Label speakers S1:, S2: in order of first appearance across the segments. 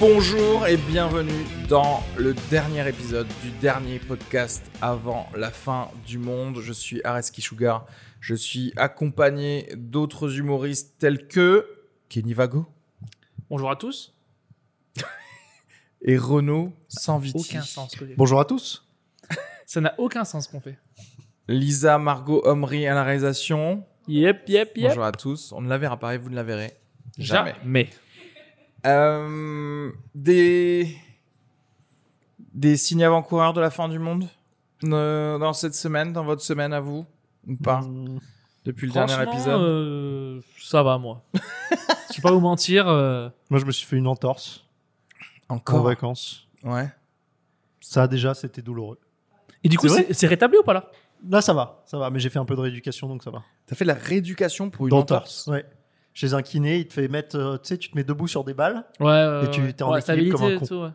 S1: Bonjour et bienvenue dans le dernier épisode du dernier podcast avant la fin du monde. Je suis Areski Sugar. Je suis accompagné d'autres humoristes tels que Kenny Vago
S2: Bonjour à tous.
S1: et Renaud Sanviti.
S2: Aucun sens. ce que j'ai fait.
S3: Bonjour à tous.
S2: Ça n'a aucun sens ce qu'on fait.
S1: Lisa Margot Omri à la réalisation.
S2: Yep, yep, yep.
S1: Bonjour à tous. On ne la verra pas et vous ne la verrez jamais.
S2: jamais.
S1: Euh, des... des signes avant-coureurs de la fin du monde euh, dans cette semaine, dans votre semaine à vous ou pas
S2: Mmh.
S1: depuis le dernier
S2: Franchement,
S1: épisode
S2: euh, ça va, moi. Je vais pas vous mentir. euh,
S3: Moi, je me suis fait une entorse en
S1: Encore
S3: vacances.
S1: Ouais.
S3: Ça, déjà, c'était douloureux.
S2: Et du coup,
S3: C'est vrai
S2: c'est c'est rétabli ou pas là
S3: Là, ça va, ça va, mais j'ai fait un peu de rééducation, donc ça va.
S1: T'as fait de la rééducation pour une entorse.
S3: D'entorse, ouais. Chez un kiné, il te fait mettre, euh, tu sais, tu te mets debout sur des balles.
S2: Ouais. euh, ouais,
S3: Et tu-
S2: ouais.
S3: t'es en
S2: Ouais,
S3: équilibre comme un
S2: stabilité et
S3: con.
S2: tout, ouais.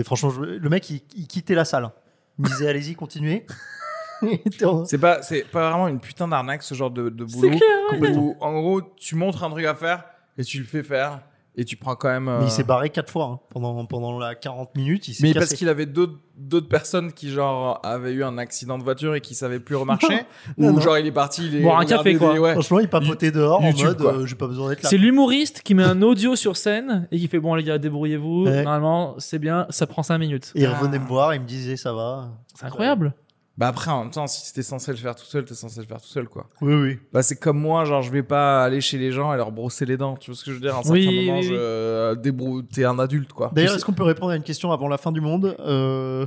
S3: Et franchement, je- le mec, il, il quittait la salle. Il me disait, allez-y, continuez. Il était en-
S1: C'est pas, c'est pas vraiment une putain d'arnaque ce genre de, de
S2: C'est
S1: boulot
S2: clair. hein. ouais.
S1: où en gros tu montres un truc à faire et tu le fais faire et tu prends quand même. euh,
S3: Mais il s'est barré quatre fois hein. pendant, pendant la 40 minutes. Il s'est
S1: Mais
S3: cassé.
S1: parce qu'il avait d'autres d'autres personnes qui genre avaient eu un accident de voiture et qui savaient plus remarcher
S3: Non,
S1: ou
S3: non.
S1: genre il est parti il est
S2: Boire un
S1: regardé
S2: café, quoi.
S1: des- ouais.
S3: Franchement, il papotait dehors
S1: YouTube,
S3: en mode,
S1: quoi.
S3: euh, j'ai pas besoin d'être là.
S2: C'est l'humoriste qui met un audio sur scène et qui fait Bon, les gars, débrouillez-vous.
S3: Ouais.
S2: Normalement, c'est bien, ça prend 5 minutes.
S3: Et il revenait me voir, il me disait, ça va.
S2: C'est incroyable.
S1: Bah après en même temps si t'es censé le faire tout seul t'es censé le faire tout seul quoi.
S3: Oui, oui.
S1: Bah c'est comme moi genre je vais pas aller chez les gens et leur brosser les dents tu vois ce que je veux dire à un certain
S2: Oui,
S1: moment
S2: oui,
S1: je
S2: oui.
S1: euh, débrouille t'es un adulte quoi.
S3: D'ailleurs, est-ce qu'on peut répondre à une question avant la fin du monde Euh,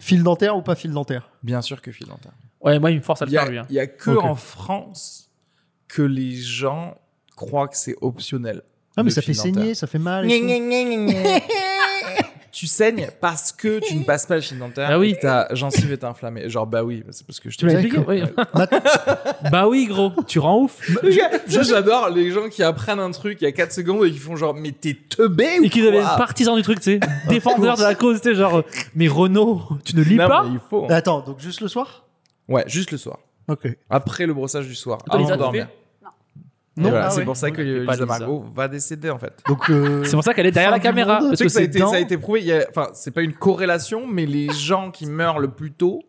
S3: Fil dentaire ou pas fil dentaire
S1: Bien sûr que Phil Antin.
S2: Ouais, moi, il me force à le
S1: Il y a-
S2: faire, lui. hein.
S1: Il y a que
S3: Ok.
S1: en France que les gens croient que c'est optionnel.
S3: Ah, mais
S1: le
S3: ça fait
S1: fil dentaire.
S3: saigner, ça fait mal. et tout.
S1: Tu saignes parce que tu ne passes pas le fil dentaire.
S2: Ah oui.
S1: et que Ta gencive est inflammée. Genre bah oui, c'est parce que je te
S2: Tu m'as
S3: D'accord.
S2: expliqué Ouais. Bah oui, gros, tu rends ouf.
S1: Je- J'adore les gens qui apprennent un truc il y a 4 secondes et qui font genre mais t'es teubé ou
S2: Et qu'ils avaient
S1: quoi
S2: partisan du truc, tu sais. Défendeur de la cause, tu sais, genre, mais Renaud, tu ne lis
S1: Non,
S2: pas
S1: mais il faut.
S3: Bah, Attends, donc juste le soir
S1: Ouais, juste le soir.
S3: Ok.
S1: Après le brossage du soir,
S2: Attends,
S1: avant
S2: Lisa,
S1: de
S2: t'as
S1: dormir. Et
S2: Non,
S1: voilà,
S2: ah
S1: c'est
S2: ouais.
S1: pour ça que
S2: Elle fait pas
S1: Lisa
S2: Lisa.
S1: Margot va décéder en fait.
S3: Donc, euh,
S2: C'est pour ça qu'elle est derrière
S3: Fin
S2: la
S3: du
S2: caméra.
S3: monde.
S2: Parce
S1: Tu sais
S2: que
S1: que ça a,
S2: c'est
S1: été,
S2: dans-
S1: ça a été prouvé, il y a- enfin, c'est pas une corrélation, mais les gens qui meurent le plus tôt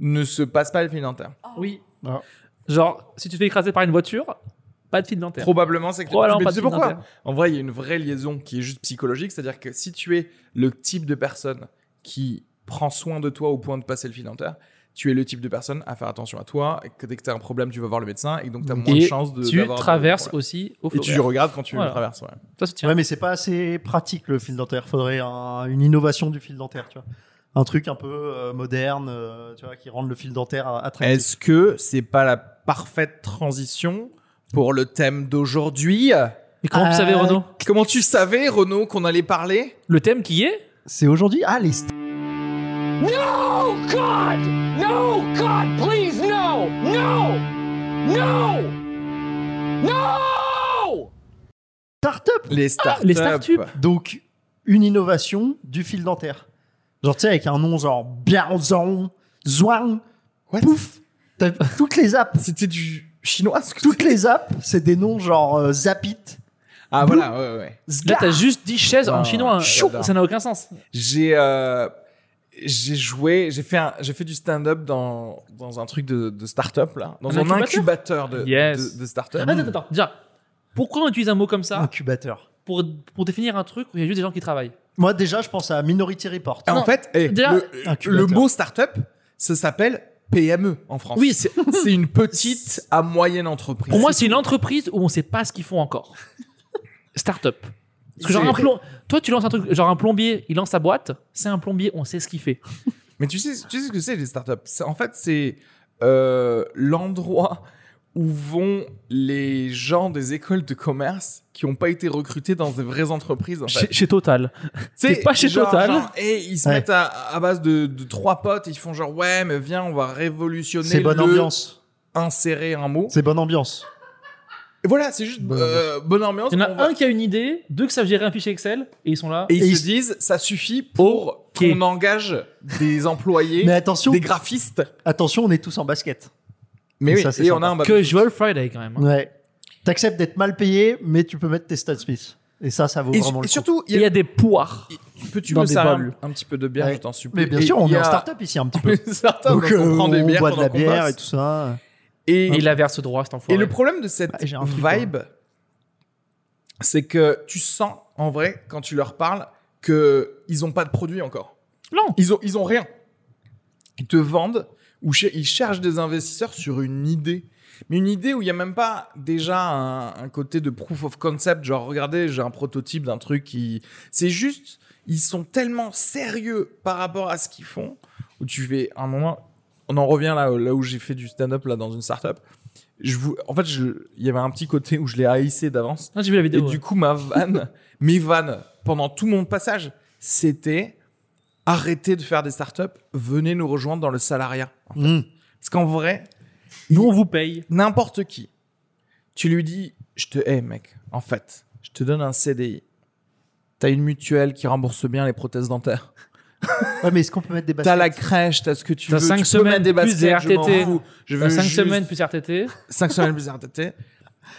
S1: ne se passent pas le fil dentaire.
S2: Oui.
S3: Ah.
S2: Genre, si tu te fais écraser par une voiture, pas de fil dentaire.
S1: Probablement, c'est que.
S2: Probablement
S1: mais
S2: pas
S1: tu
S2: de
S1: sais
S2: fil
S1: pourquoi
S2: dentaire.
S1: En vrai, il y a une vraie liaison qui est juste psychologique, c'est-à-dire que si tu es le type de personne qui prend soin de toi au point de passer le fil dentaire, tu es le type de personne à faire attention à toi, et que dès que tu as un problème, tu vas voir le médecin, et donc tu as moins de
S2: Et
S1: chances de.
S2: Tu
S1: d'avoir de-
S2: traverses
S1: voilà.
S2: aussi au
S1: Et
S2: feu.
S1: tu regardes quand tu
S2: Voilà.
S1: le traverses. ouais.
S2: Ça se tient.
S3: Ouais, mais c'est pas assez pratique le fil dentaire. Faudrait un- une innovation du fil dentaire, tu vois. Un truc un peu euh, moderne, euh, tu vois, qui rende le fil dentaire euh, attractif.
S1: Est-ce que c'est pas la parfaite transition pour le thème d'aujourd'hui
S2: Mais comment tu savais,
S3: Euh,
S2: Renaud
S1: Comment tu savais, Renaud, qu'on allait parler
S2: Le thème qui est
S3: C'est aujourd'hui Ah, les st-
S4: No, God! No, God, please, no! No! No! No!
S3: start-up
S1: Les startups.
S2: Ah, les startups.
S3: Donc, une innovation du fil dentaire. Genre, tu sais, avec un nom genre Biarzon, Zouan,
S1: What
S3: pouf T'as Toutes les apps,
S1: C'était du chinois ce que
S3: toutes les apps, c'est des noms genre euh, Zapit,
S1: Ah voilà, ouais, ouais.
S2: Là,
S3: Zgar.
S2: t'as juste dit chaise
S1: Ah,
S2: en chinois. hein.
S1: chou.
S2: Ça n'a aucun sens.
S1: J'ai euh, j'ai joué, j'ai fait un- j'ai fait du stand-up dans dans un truc de, de startup là, dans
S2: Un
S1: un incubateur, de,
S2: Yes. Ah,
S1: de, de startup.
S2: Attends, attends, attends. Déjà, pourquoi on utilise un mot comme
S1: Ah.
S2: ça
S3: incubateur.
S2: pour, pour définir un truc où il y a juste des gens qui travaillent
S3: Moi, déjà, je pense à Minority Report.
S1: Et en
S2: Non.
S1: fait, eh,
S2: Déjà-
S1: le, le
S3: Incubateur.
S1: mot startup, ça s'appelle PME en France.
S2: Oui,
S1: c'est c'est une petite à moyenne entreprise.
S2: Pour moi, c'est une entreprise où on sait pas ce qu'ils font encore. Start-up. Parce que genre un plom- Toi, tu lances un truc, genre un plombier, il lance sa boîte, c'est un plombier, on sait ce qu'il fait.
S1: Mais tu sais, tu sais ce que c'est les startups C'est- En fait, c'est euh, l'endroit où vont les gens des écoles de commerce qui n'ont pas été recrutés dans des vraies entreprises. En fait.
S2: Total.
S1: Tu sais,
S2: t'es pas chez
S1: genre-
S2: Total.
S1: genre, et ils se
S3: Ouais.
S1: mettent à, à base de, de trois potes. Ils font genre ouais, mais viens, on va révolutionner.
S3: C'est bonne
S1: le-
S3: ambiance.
S1: Insérer un mot.
S3: C'est bonne ambiance.
S1: Et voilà, c'est juste
S3: Bonne
S1: euh, bonne ambiance.
S2: Il y en
S1: qu'on
S2: a
S1: va-
S2: un qui a une idée, deux qui savent gérer un fichier Excel, et ils sont là.
S1: Et ils,
S3: Et ils
S1: se disent, ça suffit pour
S2: Ok.
S1: qu'on engage des employés,
S3: Mais attention,
S1: des graphistes.
S3: attention, on est tous en basket.
S1: Mais
S3: Et
S1: oui,
S3: ça, c'est
S1: et on
S3: sympa.
S1: a un bas-
S2: Que Joel Friday, quand même. hein.
S3: Ouais. T'acceptes d'être mal payé, mais tu peux mettre tes stats Smith. Et ça, ça vaut
S1: Et, su-
S3: vraiment
S1: et
S3: le coup.
S1: surtout, il y a-
S2: Il y a des poires.
S1: peux-tu
S2: dans
S1: me
S2: des
S1: servir
S2: bols.
S1: un, un petit peu de bière,
S3: Ouais.
S1: je t'en supplie.
S3: Mais bien
S1: Et
S3: sûr, on
S1: il y
S3: est en
S1: a-
S3: startup ici un petit peu.
S1: Certains, donc,
S3: euh,
S1: on prend des
S3: on
S1: bières
S3: boit de la
S1: pendant qu'on
S3: bière
S1: bosse.
S3: et tout ça.
S1: Et-
S2: Et la verse droit, cet
S1: Et
S2: enfoiré.
S1: le problème de cette
S3: Bah, j'ai un truc,
S1: vibe, c'est que tu sens en vrai quand tu leur parles que ils ont pas de produit encore.
S2: Non.
S1: Ils ont ils ont rien. Ils te vendent ou ch- ils cherchent des investisseurs sur une idée. Mais une idée où il n'y a même pas déjà un, un côté de proof of concept, genre regardez, j'ai un prototype d'un truc qui. C'est juste, ils sont tellement sérieux par rapport à ce qu'ils font, où tu fais un moment. On en revient là, là où j'ai fait du stand-up là dans une startup je vous, en fait, je- il y avait un petit côté où je l'ai haïssé d'avance.
S2: Ah, j'ai vu la
S1: Et
S2: vidéo. ouais.
S1: du coup, ma vanne, mes vannes, pendant tout mon passage, c'était arrêtez de faire des startups, venez nous rejoindre dans le salariat.
S3: Mmh.
S1: Parce qu'en vrai,
S2: Nous, on vous paye.
S1: n'importe qui, tu lui dis, je te hais, mec, en fait, je te donne un CDI. T'as une mutuelle qui rembourse bien les prothèses dentaires.
S3: Ouais, mais est-ce qu'on peut mettre des baskets
S1: T'as la crèche, t'as ce que tu
S2: T'as
S1: veux.
S2: cinq
S1: tu peux
S2: semaines
S1: mettre des
S2: plus des
S1: baskets, je m'en
S2: RTT.
S1: fous. Je veux
S2: 5
S1: juste-
S2: semaines plus RTT.
S1: 5 semaines plus RTT.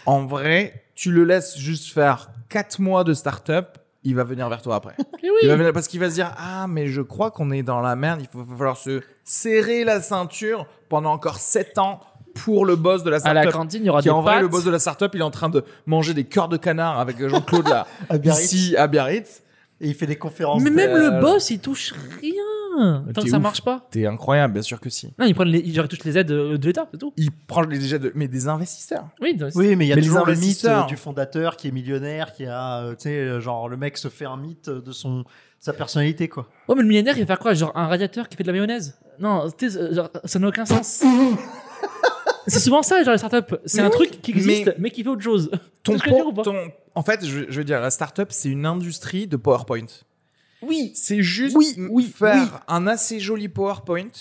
S1: En vrai, tu le laisses juste faire 4 mois de start-up, il va venir vers toi après.
S2: Et
S1: Il
S2: oui.
S1: va venir- parce qu'il va se dire Ah, mais je crois qu'on est dans la merde, il faut- va falloir se serrer la ceinture pendant encore 7 ans pour le boss de la
S2: À la
S1: start-up.
S2: cantine, il y aura
S1: Qui
S2: des
S1: en vrai,
S2: pâtes.
S1: le boss de la start-up, il est en train de manger des cœurs de canard avec Jean-Claude là,
S3: à Biarritz
S1: ici à Biarritz.
S3: Et il fait des conférences.
S2: Mais
S3: de-
S2: même
S1: Euh,
S2: le boss, il touche rien.
S1: Mais
S2: Tant
S1: t'es
S2: que ça
S1: ouf.
S2: marche pas.
S1: T'es incroyable, bien sûr que si.
S2: Non, ils prennent les, genre, ils touchent les aides euh, de l'État, c'est tout.
S1: Il prend les déjà de, mais des investisseurs.
S2: Oui, non, c'est-
S3: Oui, mais il y a
S1: Mais les
S3: toujours le mythe
S1: investisseurs.
S3: euh, du fondateur qui est millionnaire, qui a, euh, tu sais, euh, genre le mec se fait un mythe euh, de son sa personnalité quoi.
S2: Oh, mais le millionnaire, il va faire quoi Genre un radiateur qui fait de la mayonnaise Non, tu sais, euh, genre, ça n'a aucun sens. c'est souvent ça, genre les startups. C'est
S1: Mais
S2: un
S1: oui,
S2: truc qui existe,
S1: mais-
S2: mais, qui fait autre chose.
S1: Ton,
S2: C'est ce que je veux dire
S1: po-
S2: ou pas
S1: ton- en fait, je, je veux dire, la start-up, c'est une industrie de PowerPoint.
S2: Oui.
S1: C'est juste
S2: Oui,
S1: m-
S2: oui,
S1: faire
S2: oui.
S1: un assez joli PowerPoint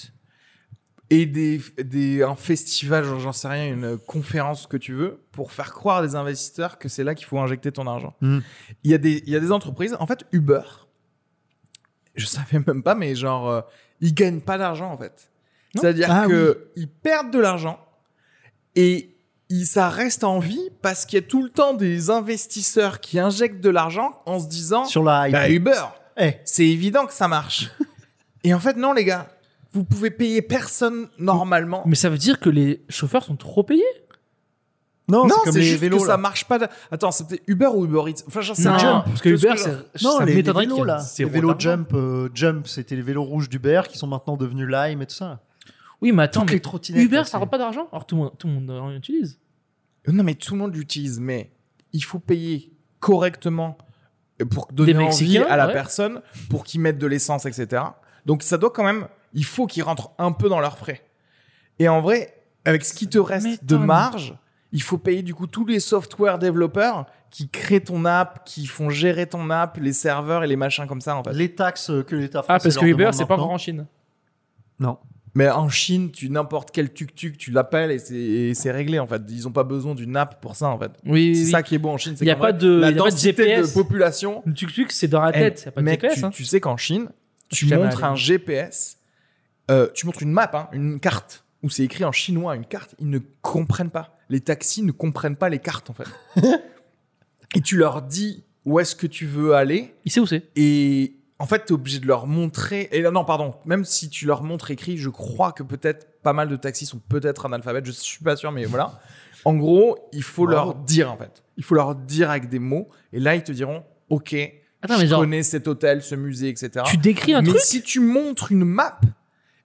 S1: et des, des, un festival, genre, j'en sais rien, une conférence que tu veux, pour faire croire à des investisseurs que c'est là qu'il faut injecter ton argent.
S3: Mm.
S2: Hmm.
S1: Il, y a des, il y a des entreprises, en fait, Uber, je savais même pas, mais genre, euh, ils gagnent pas d'argent en fait.
S2: Non.
S1: C'est-à-dire
S3: Ah
S1: que ils perdent de l'argent et ils- ça reste en vie parce qu'il y a tout le temps des investisseurs qui injectent de l'argent en se disant
S3: Sur la hype.
S1: bah, Uber,
S3: Eh,
S1: c'est évident que ça marche. et en fait, non, les gars, vous pouvez payer personne normalement.
S2: Mais ça veut dire que les chauffeurs sont trop payés
S3: Non,
S1: non,
S3: c'est comme
S1: c'est
S3: les
S1: juste
S3: vélos
S1: que ça
S3: là.
S1: marche pas. de- Attends, c'était Uber ou Uber Eats Enfin, j'en sais
S3: Non,
S1: rien.
S2: parce que
S1: Tu vois ce
S2: Uber,
S1: je-
S2: c'est.
S3: Non,
S2: ça
S3: les, les
S2: m'étonnerait qu'il y
S3: vélos
S2: ait
S3: là, les
S2: zéro
S3: vélos
S2: d'argent.
S3: Jump, euh, Jump, c'était les vélos rouges d'Uber qui sont maintenant devenus Lime et tout ça.
S2: Oui, mais attends,
S3: Toutes
S2: mais
S3: les trottinettes.
S2: Uber,
S3: là,
S2: ça
S3: c'est-
S2: rend pas d'argent Alors tout le monde, tout le monde euh, en utilise.
S1: Non, mais tout le monde l'utilise, mais il faut payer correctement pour donner
S2: Des
S1: envie
S2: Mexicains,
S1: à la
S2: ouais.
S1: personne, pour qu'ils mettent de l'essence, etc. Donc ça doit quand même, il faut qu'ils rentrent un peu dans leurs frais. Et en vrai, avec ce qui te reste de
S2: m'étonne.
S1: marge, il faut payer du coup tous les software développeurs qui créent ton app, qui font gérer ton app, les serveurs et les machins comme ça en fait.
S3: Les taxes que l'État
S2: Ah,
S3: français
S2: parce que
S3: leur
S2: Uber,
S3: demande
S2: c'est pas
S3: maintenant.
S2: encore en Chine.
S3: Non.
S1: Mais en Chine, tu n'importe quel tuk-tuk, tu l'appelles et c'est- et c'est réglé en fait. Ils ont pas besoin d'une app pour ça en fait.
S2: Oui,
S1: C'est ça qui est beau en Chine, c'est
S2: Il y a
S1: qu'en
S2: pas
S1: vrai,
S2: de-
S1: la
S2: il y a pas de
S1: densité
S2: GPS.
S1: de population
S2: Le tuk-tuk, c'est dans la tête.
S1: Eh,
S2: Y a pas de
S1: mec,
S2: GPS.
S1: tu,
S2: hein.
S1: tu sais qu'en Chine, tu
S2: jamais
S1: montres
S2: allé.
S1: un GPS, euh, tu montres une map, hein, une carte, où c'est écrit en chinois, une carte, ils ne comprennent pas. Les taxis ne comprennent pas les cartes, en fait. et tu leur dis où est-ce que tu veux aller,
S2: Il sait où c'est.
S1: et en fait, tu es obligé de leur montrer. Et non, pardon, même si tu leur montres écrit, je crois que peut-être pas mal de taxis sont peut-être analphabètes, je suis pas sûr, mais voilà. En gros, il faut
S3: Bravo.
S1: leur dire, en fait. Il faut leur dire avec des mots, et là, ils te diront, OK,
S2: Attends,
S1: je
S2: mais genre,
S1: connais cet hôtel, ce musée, etc.
S2: tu décris un
S1: mais
S2: truc
S1: si tu montres une map,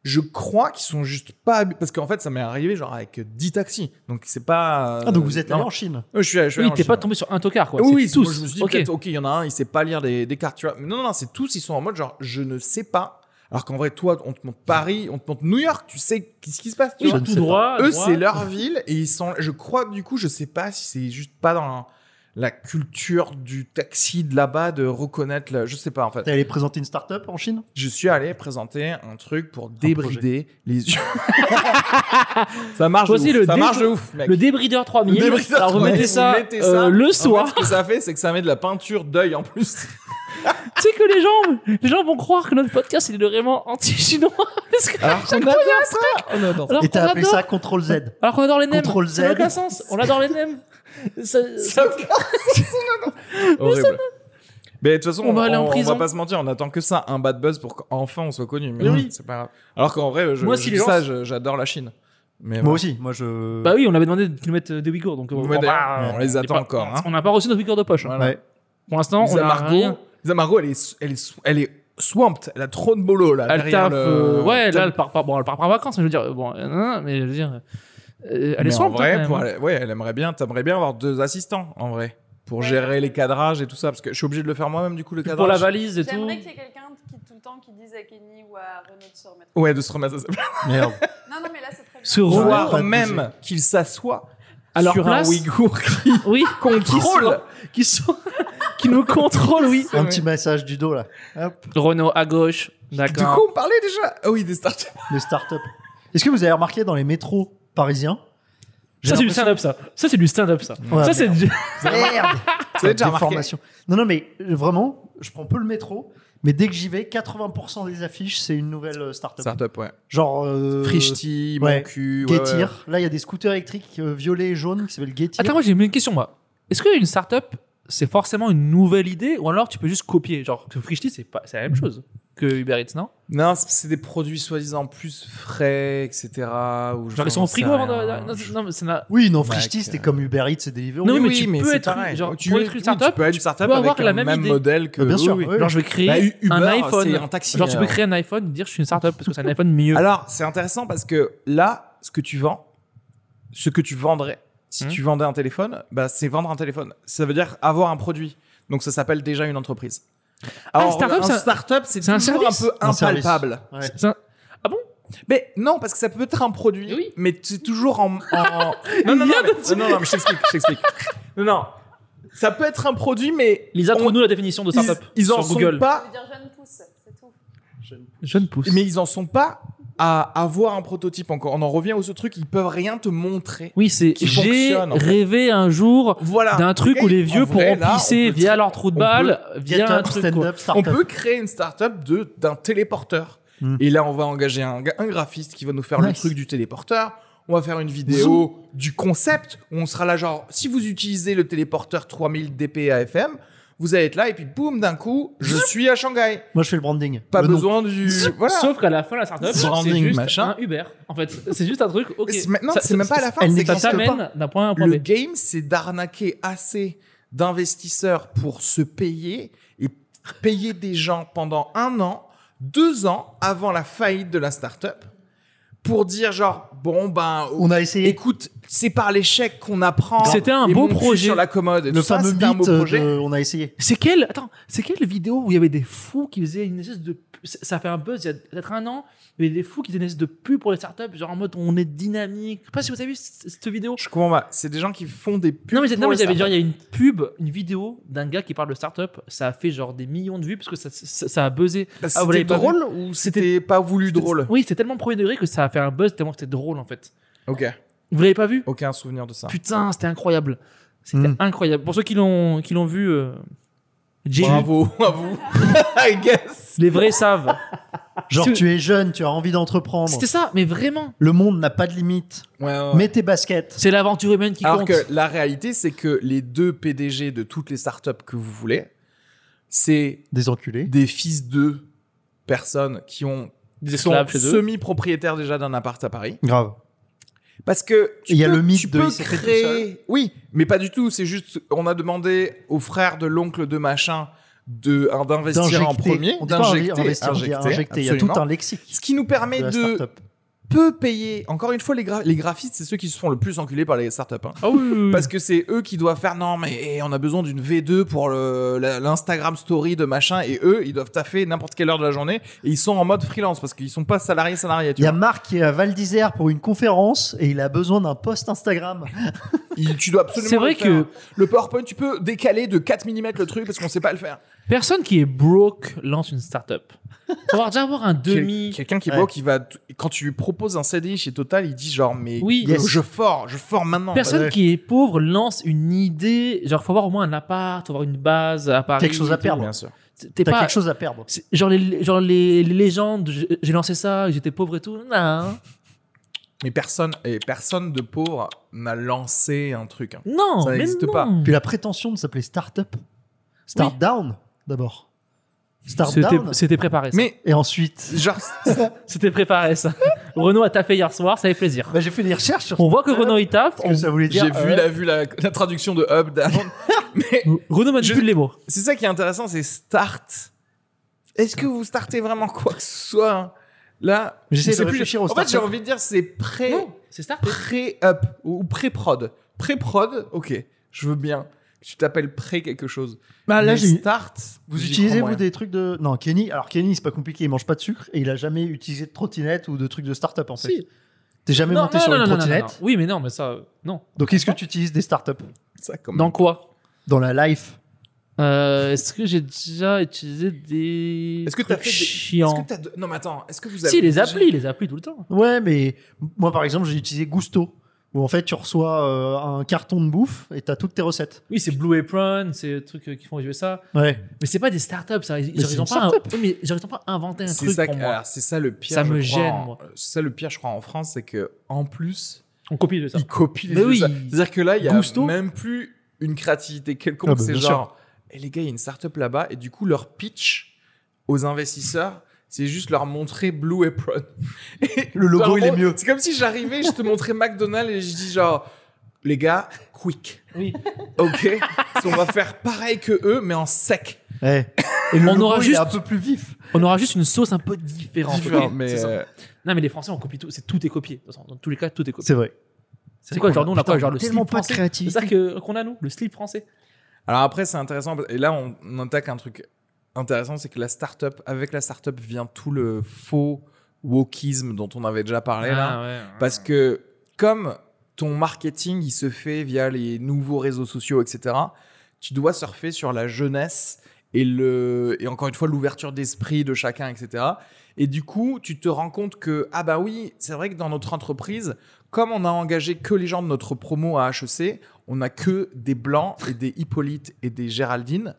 S1: je crois qu'ils sont juste pas hab- parce qu'en fait ça m'est arrivé genre avec 10 taxis. Donc c'est pas euh,
S3: Ah, donc vous êtes allé
S1: non.
S3: en Chine.
S1: Euh, je suis allé- je suis allé
S2: Oui,
S1: en
S2: t'es
S1: Chine.
S2: pas tombé sur un tocard, quoi.
S1: Oui,
S2: C'est
S1: oui,
S2: tous.
S1: moi, je me suis dit
S2: Ok.
S1: peut-être OK, il y en a un, il sait pas lire des, des cartes, tu vois. Mais non non, non, c'est tous ils sont en mode genre je ne sais pas. Alors qu'en vrai toi on te montre Paris, on te montre New York, tu sais qu'est-ce qui se passe, tu
S2: Oui,
S1: vois.
S3: ne
S2: tout
S3: sais
S2: droit. à
S1: Eux
S2: droite.
S1: c'est leur ville et ils sont je crois du coup, je sais pas si c'est juste pas dans la culture du taxi de là-bas, de reconnaître, la- je sais pas en fait.
S3: T'es allé présenter une start-up en Chine
S1: Je suis allé présenter un truc pour débrider les yeux. ça marche
S2: Voici
S1: de
S2: le
S1: ouf. Ça
S2: dé-
S1: marche de ouf, mec.
S2: Le débrideur 3000.
S1: débrideur
S2: Alors, vous
S1: 3000,
S2: mettez ça,
S1: vous mettez
S2: euh,
S1: ça.
S2: le
S1: En fait,
S2: soir.
S1: ce que ça fait, c'est que ça met de la peinture d'œil en plus. Ah
S2: tu sais que les gens, les gens vont croire que notre podcast il est vraiment anti-chinois. Parce que-
S1: Alors qu'on adore ça. On adore ça.
S2: alors
S3: Et
S2: qu'on
S3: t'as appelé
S2: adore,
S3: ça Contrôle Z.
S2: alors qu'on adore les nems.
S3: Contrôle
S2: Ça n'a
S3: Z.
S2: aucun sens. On adore les nems. Ça-
S1: Ça- Horrible. Mais de toute façon,
S2: On
S1: on,
S2: va aller en
S1: on- on
S2: prison.
S1: pas se mentir, on attend que ça, un bad buzz pour qu'enfin on soit connu. Mais
S2: Mais
S1: non,
S2: oui.
S1: c'est pas grave. Alors qu'en vrai, je,
S2: Moi,
S1: je
S2: si
S1: dis
S2: les gens-
S1: ça, je- j'adore la Chine. Mais
S3: Moi
S1: voilà.
S3: aussi, moi je.
S2: Bah oui, on avait demandé de nous mettre euh, des Ouïghours, donc euh,
S1: Mais
S2: bon,
S1: d'ailleurs,
S2: bah,
S1: on les attend
S2: pas-
S1: encore. Hein.
S2: on n'a pas reçu notre Ouïghours de poche. hein.
S1: Voilà.
S3: Ouais.
S2: Pour l'instant, on
S1: Lisa
S2: a
S1: Margot,
S2: rien.
S1: Lisa Margot, elle est, sw- elle est, sw- elle est swamped. Elle a trop de boulot là.
S2: Elle
S1: derrière
S2: taffe,
S1: le-
S2: euh, ouais, là,
S1: Putain.
S2: elle part pas, bon, elle part pas en vacances, mais je veux dire, euh, bon, euh, non, non, mais je veux dire, euh, elle est
S1: Mais
S2: swamp.
S1: En vrai, pour aller- ouais, elle aimerait bien. T'aimerais bien avoir deux assistants en vrai pour gérer les cadrages et tout ça parce que je suis obligé de le faire moi-même du coup le cadrage.
S2: pour la valise et tout.
S5: J'aimerais qu'il y ait quelqu'un qui tout le temps qui dise à Kenny ou à Renaud de se remettre.
S1: Ouais, de se remettre à sa
S3: Merde.
S5: Non, non, mais là, c'est très bien.
S2: Ce
S3: Renaud-
S2: roi,
S1: Voire
S3: Ouais,
S1: même qu'il s'assoit
S2: à leur
S1: sur
S2: place,
S1: un Ouïghour qui
S2: oui, qui,
S1: contrôle.
S2: sont- qui, sont- qui nous contrôle, oui.
S3: Un petit massage du dos là. Hop,
S2: Renault à gauche,
S1: De quoi
S2: d'accord.
S1: on parlait déjà Ah oui, des startups.
S3: de start-up. Est-ce que vous avez remarqué dans les métros parisiens j'ai
S2: Ça, c'est du
S3: l'impression-
S2: stand-up, ça. Ça, c'est du stand-up, ça.
S3: Ouais,
S2: ça, c'est du-
S3: Merde
S1: Vous avez déjà remarqué
S3: Déformation. Non, non, mais euh, vraiment, je prends peu le métro, mais dès que j'y vais, 80% des affiches, c'est une nouvelle euh, start-up.
S1: Startup, ouais.
S3: Genre. euh,
S1: Frishti,
S3: ouais.
S1: mon cul. ouais,
S3: Getir. Là, il y a des scooters électriques euh, violets et jaunes qui s'appellent Getir.
S2: Attends, moi, j'ai une question, moi. Est-ce qu'une start-up, c'est forcément une nouvelle idée ou alors tu peux juste copier Genre, que Frishti, c'est pas- c'est la même chose que Uber Eats, non
S1: Non, c'est- c'est des produits soi-disant plus frais, etc. Ou
S2: Genre, ils sont
S1: j'en
S2: au frigo
S1: sais
S2: avant de-
S1: rien.
S2: Non, c'est- non, mais ça n'a-
S3: Oui, non,
S1: Mac,
S3: Frishti, c'était
S1: euh,
S3: comme Uber Eats et Deliveroo.
S2: Non,
S1: Oui,
S2: mais
S1: oui,
S2: tu
S1: mais
S2: peux
S1: c'est
S2: être une-
S1: pareil.
S2: genre,
S1: tu
S2: pour
S1: es-
S2: être une
S1: oui,
S2: startup,
S1: tu peux être une startup
S2: peux
S1: avec
S2: avoir
S1: un
S2: la même idée.
S1: modèle que.
S3: Ah, bien sûr,
S1: oui, oui.
S3: ouais.
S2: Genre, je vais créer
S1: Bah, U- Uber,
S2: un iPhone.
S1: c'est un taxi,
S2: Genre, tu peux
S1: alors.
S2: créer un iPhone, dire je suis une start-up parce que c'est un iPhone mieux.
S1: Alors, c'est intéressant parce que là, ce que tu vends, ce que tu vendrais, si
S2: Hmm.
S1: tu vendais un téléphone, bah, c'est vendre un téléphone. Ça veut dire avoir un produit. Donc, ça s'appelle déjà une entreprise.
S2: Ah,
S1: Alors,
S2: startup, c'est
S1: un
S2: un-
S1: startup, c'est
S2: c'est un
S1: toujours un
S2: service.
S1: peu
S3: Un service.
S1: impalpable.
S3: Ouais.
S2: C'est un-
S1: Mais non, parce que ça peut être un produit,
S2: Oui.
S1: mais c'est toujours en. en- Non, non, non,
S2: vient
S1: mais-
S2: de dire-
S1: non, non, mais je t'explique, je t'explique. Non, non. Ça peut être un produit, mais.
S2: Lisa,
S1: on-
S2: trouve-nous la définition de
S1: ils,
S2: startup.
S1: ils en
S2: sur Google.
S1: sont
S5: Ça
S1: pas.
S5: veut dire jeune pousse, c'est tout.
S2: Jeune pousse.
S1: Mais ils en sont pas à avoir un prototype encore. On en revient au ce truc, ils peuvent rien te montrer.
S2: Oui, c'est
S1: Qui
S2: j'ai
S1: fonctionne, en fait.
S2: rêvé un jour
S1: Voilà.
S2: d'un truc où
S1: Et
S2: les
S1: en
S2: vieux
S1: vrai,
S2: pourront
S1: là, on
S2: pisser
S1: peut-
S2: via leur trou de
S1: on
S2: balle,
S3: Get
S2: via un
S3: up,
S2: truc. quoi.
S3: stand-up,
S1: On
S3: start-up.
S1: peut créer une start-up de- d'un téléporteur.
S3: Hmm.
S1: Et là, on va engager un, ga- un graphiste qui va nous faire le
S3: Nice.
S1: truc du téléporteur. On va faire une vidéo du concept. où on sera là, genre, si vous utilisez le téléporteur 3000 DP AFM, vous allez être là, et puis boum, d'un coup, je suis à Shanghai.
S3: Moi, je fais le branding.
S1: Pas
S3: Le nom.
S1: besoin du. Voilà.
S2: Sauf qu'à la fin, la startup, c'est
S1: Branding,
S2: juste
S1: machin.
S2: un Uber. En fait, c'est juste un truc. Ok.
S1: Mais c'est- Maintenant,
S2: Ça-
S1: c'est même pas à la fin.
S3: elle
S1: c'est
S3: n'est
S1: que
S2: Ça
S3: n'existe
S2: t'amène d'un point A à un point
S1: Le
S2: B.
S1: game, c'est d'arnaquer assez d'investisseurs pour se payer et payer des gens pendant un an, deux ans avant la faillite de la startup pour dire genre bon ben
S3: On a essayé
S1: écoute c'est par l'échec qu'on apprend.
S2: C'était un
S1: Et
S2: beau
S1: mon cul
S2: projet.
S1: sur la commode. et
S3: le
S1: tout ça,
S3: fameux
S1: c'était un beau
S3: beat. euh,
S1: projet.
S3: de- On a essayé.
S2: C'est quelle attends, c'est quelle vidéo où il y avait des fous qui faisaient une espèce de ça ça fait un buzz il y a peut-être un an, mais des fous qui faisaient une espèce de pub pour les startups genre en mode on est dynamique. Je sais pas si vous avez vu c- cette vidéo.
S1: Je comprends pas. C'est des gens qui font des pubs.
S2: Non mais, c'est- non,
S1: pour
S2: mais
S1: les
S2: j'avais genre
S1: startups.
S2: il y a une pub, une vidéo d'un gars qui parle de startup, ça a fait genre des millions de vues parce que ça, ça, ça a buzzé.
S1: Bah,
S2: Ah, vous l'avez
S1: c'était
S2: pas vu
S1: drôle ou c'était pas voulu drôle.
S2: Oui, c'est tellement premier degré que ça a fait un buzz tellement que c'était drôle en fait.
S1: Ok.
S2: Vous l'avez pas vu
S1: Aucun souvenir de ça.
S2: Putain, c'était incroyable. C'était
S1: Hmm.
S3: Mm.
S2: incroyable. Pour ceux qui l'ont qui l'ont vu euh, j'ai vu.
S1: Bravo à vous. I guess.
S2: les vrais savent.
S3: Genre,
S2: C'est-
S3: tu es jeune, tu as envie d'entreprendre.
S2: C'était ça, mais vraiment,
S3: Le monde n'a pas de limite.
S1: Ouais, ouais, ouais.
S3: Mets tes baskets.
S2: c'est l'aventure humaine qui
S1: Alors
S2: compte.
S1: que la réalité, c'est que les deux PDG de toutes les startups que vous voulez, c'est
S3: Des enculés.
S1: des fils de personnes qui ont
S2: Des
S1: qui sont
S2: esclaves chez eux.
S1: semi-propriétaires déjà d'un appart à Paris.
S3: Grave.
S1: Parce que tu
S3: Il y a
S1: peux-
S3: le mythe
S1: tu
S3: de
S1: peux
S3: il s'est fait tout
S1: créer. Oui, mais pas du tout. C'est juste, on a demandé aux frères de l'oncle de machin de un- d'investir en premier,
S3: On dit pas invi-
S1: d'injecter,
S3: investir, on dit injecter. Il y a
S1: absolument.
S3: tout un lexique.
S1: Ce qui nous permet
S3: de la
S1: de
S3: start-up.
S1: peu payés. Encore une fois, les, gra- les graphistes, c'est ceux qui se font le plus enculer par les startups. hein.
S2: Ah oui, oui, oui.
S1: Parce que c'est eux qui doivent faire non mais eh, on a besoin d'une V2 pour le- la- l'Instagram story de machin et eux ils doivent taffer n'importe quelle heure de la journée et ils sont en mode freelance parce qu'ils sont pas salariés salariés tu
S3: Il y a
S1: vois.
S3: Marc qui est à Val d'Isère pour une conférence et il a besoin d'un post Instagram.
S1: Il- tu dois absolument
S2: C'est vrai
S1: le faire. le PowerPoint tu peux décaler de 4 mm le truc parce qu'on sait pas le faire.
S2: Personne qui est broke lance une startup. Faut avoir- déjà avoir un
S1: Quel-
S2: demi.
S1: Quelqu'un qui est
S3: Ouais.
S1: beau qui va t- quand tu lui proposes un CDI chez Total, il dit genre mais
S2: Oui.
S1: euh,
S3: Yes.
S1: je forme, je forme maintenant.
S2: Personne
S3: Ouais.
S2: qui est pauvre lance une idée. Genre, faut avoir au moins un appart, faut avoir une base à Paris.
S3: Quelque chose à
S2: et tout.
S3: perdre.
S1: Bien sûr.
S2: T'es
S3: T'as
S2: pas.
S3: quelque chose à perdre.
S2: c'est- Genre, les, genre les, les légendes, j'ai- j'ai lancé ça, j'étais pauvre et tout. Non.
S1: Mais personne et personne de pauvre n'a lancé un truc. hein.
S2: Non,
S1: Ça
S2: mais
S1: n'existe
S2: non.
S1: pas.
S3: Puis la prétention de s'appeler Startup. Start Down, d'abord. Start Down.
S2: C'était- C'était préparé. ça.
S1: Mais
S3: Et ensuite.
S1: genre
S2: C'était préparé ça. Renaud a tapé hier soir, ça fait plaisir.
S3: Bah, j'ai fait des recherches sur
S2: On voit que Renaud il tape.
S3: ce que ça voulait
S1: J'ai
S3: dire.
S1: vu,
S3: euh,
S1: la, vu la, la traduction de up, down. Mais
S2: on- Renaud manipule
S1: Je-
S2: les mots.
S1: c'est ça qui est intéressant, c'est start. Est-ce que vous startez vraiment quoi que ce soit Là,
S3: J'essaie
S1: c'est
S3: de réfléchir au
S1: En fait,
S3: start-up.
S1: j'ai envie de dire c'est pré,
S2: c'est ça.
S1: pré-up ou pré-prod. Pré-prod, ok, je veux bien. que Tu t'appelles pré quelque chose.
S2: Ah,
S3: Bah, là,
S1: Mais
S3: j'ai-
S1: start.
S3: Vous
S1: j'y
S3: utilisez
S1: crois
S3: vous
S1: moyen.
S3: des trucs de non Kenny alors Kenny c'est pas compliqué il mange pas de sucre et il a jamais utilisé de trottinette ou de trucs de start-up en fait.
S2: Si.
S3: T'es jamais
S2: Non,
S3: monté
S2: non,
S3: sur
S2: non,
S3: une
S2: non, non, non,
S3: trottinette.
S2: non. Oui, mais non, mais ça, euh, non.
S3: Donc est-ce que tu utilises des start-up
S1: Ça, comme
S2: Dans quoi
S3: dans la life
S2: Euh, Est-ce que j'ai déjà utilisé des
S1: Est-ce que t'as
S2: trucs
S1: fait des- Est-ce
S2: chiants
S1: que t'as de- Non, mais attends, est-ce que vous avez.
S2: Si les
S1: déjà-
S2: applis, les applis tout le temps.
S3: Ouais mais moi par exemple j'ai utilisé Gusto où en fait tu reçois euh, un carton de bouffe et t'as toutes tes recettes.
S2: Oui, c'est Blue Apron, c'est des trucs euh, qui font jouer ça.
S3: Ouais.
S2: Mais c'est pas des startups, ça. Ils
S3: Mais
S2: ils
S3: c'est
S2: ont
S3: une
S2: pas. un-
S3: startup.
S2: Oui, mais ils auraient pas inventé un
S1: C'est
S2: truc
S1: ça,
S2: pour
S1: que-
S2: moi.
S1: alors, c'est ça le pire.
S2: Ça
S1: je crois,
S2: me gêne,
S1: en-
S2: moi.
S1: C'est ça le pire, je crois, en France, c'est que en plus,
S2: On copie de ça.
S1: Il copie les
S2: Mais
S1: deux.
S2: oui.
S1: Ça- C'est-à-dire que là, il y a
S2: Gusto.
S1: même plus une créativité quelconque.
S3: Ah bah,
S1: c'est
S3: bien
S1: genre, et les gars, il y a une startup là-bas, et du coup, leur pitch aux investisseurs, c'est juste leur montrer Blue Apron. Et
S3: Le logo,
S1: genre,
S3: il est
S1: on-
S3: mieux.
S1: C'est comme si j'arrivais, je te montrais McDonald's et je dis genre, les gars, quick,
S2: Oui.
S1: ok On va faire pareil que eux, mais en sec.
S3: Ouais. Et le
S2: On
S3: logo,
S2: aura
S3: il est
S2: juste-
S3: un peu plus vif.
S2: On aura juste une sauce un peu différente.
S1: Différent,
S2: ok C'est
S1: mais
S2: ça.
S1: euh,
S2: Non, mais les Français, on copie tout. C'est tout est copié. De toute façon, Dans tous les cas, tout est copié.
S3: C'est vrai.
S2: C'est quoi, genre, nous, on a
S3: Putain,
S2: quoi, genre, le
S3: tellement
S2: slip
S3: pas de
S2: français C'est
S3: créativité.
S2: ça que- euh, qu'on a, nous, le slip français.
S1: Alors après, c'est intéressant. parce- Et là, on, on attaque un truc intéressant, c'est que la startup, avec la startup vient tout le faux wokisme dont on avait déjà parlé
S2: Ah,
S1: là. Parce que comme ton marketing, il se fait via les nouveaux réseaux sociaux, etc., tu dois surfer sur la jeunesse et, le, et encore une fois l'ouverture d'esprit de chacun, etc. Et du coup, tu te rends compte que, ah bah oui, c'est vrai que dans notre entreprise, comme on a engagé que les gens de notre promo à HEC, on n'a que des Blancs et des Hippolyte et des Géraldine.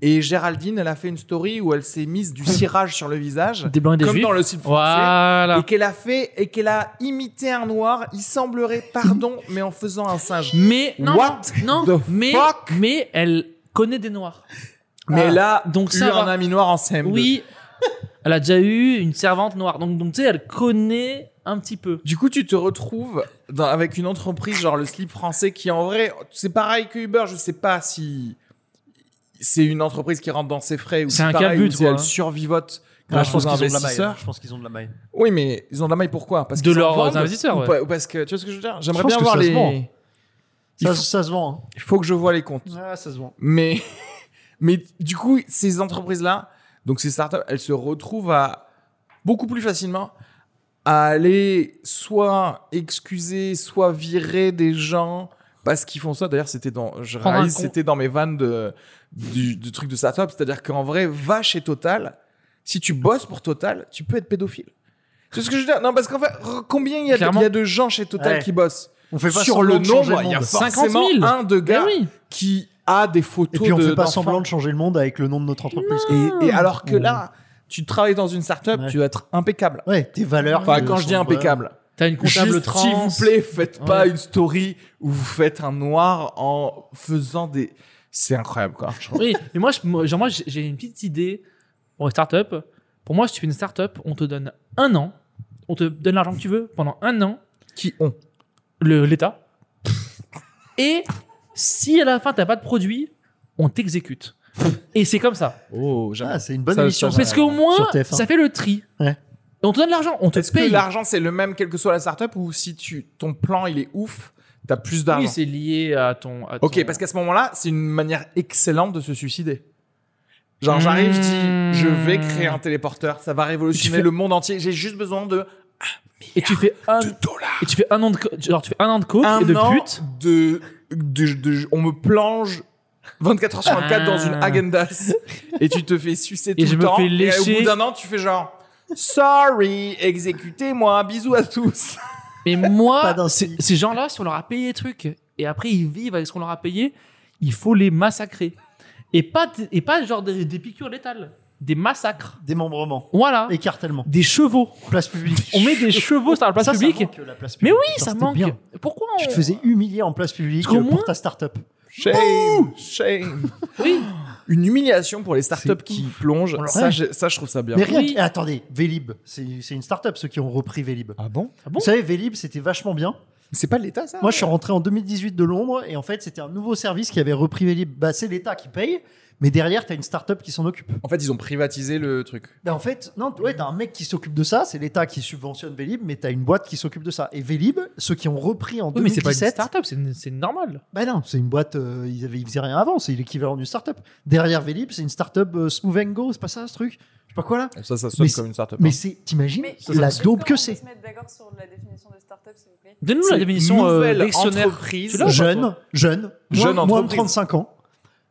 S1: Et Géraldine, elle a fait une story où elle s'est mise du cirage sur le visage,
S2: Des blancs et des
S1: comme
S2: juifs.
S1: dans le site français
S2: Voilà.
S1: et qu'elle a fait et qu'elle a imité un noir, il semblerait, pardon, mais en faisant un singe.
S2: Mais non,
S1: What
S2: non,
S1: the
S2: mais
S1: fuck
S2: mais elle connaît des noirs.
S1: Mais là,
S2: donc
S1: donc
S2: ça
S1: eu
S2: va.
S1: un ami noir en CM2.
S2: Oui, elle a déjà eu une servante noire, donc donc tu sais, elle connaît un petit peu.
S1: Du coup, tu te retrouves dans- avec une entreprise genre le slip français qui, en vrai, c'est pareil que Uber. Je sais pas si c'est une entreprise qui rentre dans ses frais ou
S2: C'est
S1: si
S2: un
S1: pareil,
S2: calbut,
S1: ou si
S2: quoi, hein.
S1: elle survivote.
S3: Ah,
S1: grâce
S3: je pense
S1: aux
S3: qu'ils ont de la maille.
S1: investisseurs.
S3: Je pense qu'ils ont de la maille.
S1: Oui, mais ils ont de la maille pourquoi Parce
S2: De
S1: qu'ils en
S2: leurs
S1: vendent
S2: investisseurs,
S1: ou
S2: ouais.
S1: pas- ou parce que tu vois ce que je veux dire J'aimerais
S3: pense
S1: bien
S3: que
S1: voir
S3: ça se vend.
S1: les. Il
S3: Ça,
S1: faut-
S3: ça se vend.
S1: Il faut que je vois les comptes.
S3: hein. Ah, ça se vend.
S1: Mais, mais du coup, ces entreprises-là, donc ces startups, elles se retrouvent à beaucoup plus facilement à aller soit excuser, soit virer des gens parce qu'ils font ça. D'ailleurs, c'était dans, je
S2: Prendre un
S1: réalise,
S2: con-
S1: c'était dans mes vannes de, du, du truc de startup. C'est-à-dire qu'en vrai, va chez Total. Si tu bosses pour Total, tu peux être pédophile. C'est ce que je veux dire. Non, parce qu'en fait, re- combien il y, a de-
S2: Clairement.
S1: il y a de gens chez Total
S3: Ouais.
S1: qui bossent
S3: On fait pas
S1: Sur
S3: semblant
S1: le
S3: de changer
S1: nombre, il y a
S3: monde.
S2: 50
S1: forcément
S2: 000.
S1: un de
S2: Ben
S1: gars
S2: oui.
S1: qui a des photos
S3: Et puis on
S1: de-
S3: fait pas
S1: d'enfants.
S3: semblant de changer le monde avec le nom de notre entreprise.
S1: Et, et alors que
S3: Ouais.
S1: là, tu travailles dans une startup,
S3: Ouais.
S1: tu vas être impeccable.
S3: Ouais, tes valeurs.
S1: Enfin,
S3: euh,
S1: quand je dis
S3: sont
S1: impeccable,
S2: T'as une comptable
S1: juste,
S2: trans.
S1: s'il vous plaît, faites
S2: Ouais.
S1: pas une story où vous faites un noir en faisant des. C'est incroyable, quoi. je trouve.
S2: Oui, mais moi, je- moi, genre moi, j'ai- j'ai une petite idée pour une startup. Pour moi, si tu fais une startup, on te donne un an, on te donne l'argent que tu veux pendant un an,
S1: Qui ont
S2: le- l'État. Et si à la fin t'as pas de produit, on t'exécute. Et c'est comme ça.
S1: Oh, jamais.
S3: Ah, c'est une bonne
S1: Ça,
S3: émission.
S1: ça,
S2: Parce qu'au moins,
S3: Sur TF1.
S2: ça fait le tri.
S3: Ouais.
S2: Et on te donne l'argent, on te
S1: Est-ce que
S2: paye.
S1: l'argent, c'est le même, quelle que soit la startup, ou si tu, ton plan, il est ouf, t'as plus d'argent
S2: Oui, c'est lié à ton. à
S1: Ok,
S2: ton-
S1: parce qu'à ce moment-là, c'est une manière excellente de se suicider. Genre, j'arrive, je dis, je vais créer un téléporteur, ça va révolutionner
S2: Tu fais-
S1: le monde entier, j'ai juste besoin de
S2: Et tu fais un,
S1: 2 dollars.
S2: et tu fais un an de, co- genre tu fais un an de coke
S1: Un
S2: et de
S1: an
S2: pute.
S1: de, de- de- On me plonge 24 h sur 24 dans une
S2: Ah.
S1: agendas et tu te fais sucer tout
S2: je
S1: le
S2: me
S1: temps.
S2: fais
S1: Et au
S2: lécher.
S1: bout d'un an, tu fais genre, sorry, exécutez-moi, bisous à tous.
S2: Mais
S3: Pas
S2: moi,
S3: d'insigne.
S2: ces gens-là, si on leur a payé des trucs et après ils vivent avec ce qu'on leur a payé, il faut les massacrer. Et pas, t- et pas genre des, des piqûres létales, des massacres.
S3: Démembrement,
S2: Voilà.
S3: écartèlement,
S2: Des chevaux.
S3: place publique.
S2: On met des chevaux sur la place
S3: Ça, ça
S2: publique.
S3: manque, la place
S2: Mais
S3: publique.
S2: oui,
S3: Putain,
S2: ça
S3: c'était
S2: manque.
S3: bien.
S2: Pourquoi on...
S3: Tu te faisais humilier en place publique
S2: Parce qu'au
S3: euh,
S2: moins-
S3: pour ta start-up.
S1: Shame, shame.
S2: Oui.
S1: Une humiliation pour les startups
S3: C'est
S1: qui plongent,
S3: On leur
S1: ça,
S3: rêve.
S1: j'ai- ça, je trouve ça bien.
S3: Mais rien.
S2: Oui.
S3: que- eh, attendez, Vélib, c'est c'est une start-up ceux qui ont repris Vélib.
S1: Ah bon
S2: Ah bon Ah
S3: Vous savez, Vélib, c'était vachement bien.
S1: C'est pas l'État, ça
S3: Moi, je suis rentré en 2018 de Londres et en fait, c'était un nouveau service qui avait repris Vélib. Bah, c'est l'État qui paye, mais derrière, t'as une start-up qui s'en occupe.
S1: En fait, ils ont privatisé le truc.
S3: Bah, en fait, non, t- ouais, t'as un mec qui s'occupe de ça, c'est l'État qui subventionne Vélib, mais t'as une boîte qui s'occupe de ça. Et Vélib, ceux qui ont repris en
S2: Oui, mais c'est pas une
S3: 2017,
S2: start-up, c'est c'est normal.
S3: bah non, c'est une boîte, euh, ils, avaient, ils faisaient rien avant, c'est l'équivalent d'une start-up. Derrière Vélib, c'est une start-up euh, Smooth and Go, c'est pas ça ce truc Je sais pas quoi là
S1: Ça, ça sonne
S3: Mais
S1: comme une startup.
S3: Mais
S1: hein.
S3: c'est, t'imagines,
S5: Mais
S3: la
S5: est-ce
S3: daube
S5: qu'on
S3: que
S5: peut
S3: c'est
S5: se mettre d'accord sur la définition de start-up, s'il vous plaît.
S2: Donne-nous la
S1: C'est
S2: définition euh,
S1: nouvelle
S2: dictionnaire.
S1: entreprise.
S2: Tu l'as ou pas, toi
S3: Jeune, jeune,
S1: Jeune
S3: moins, moins de
S1: entreprise.
S3: 35 ans,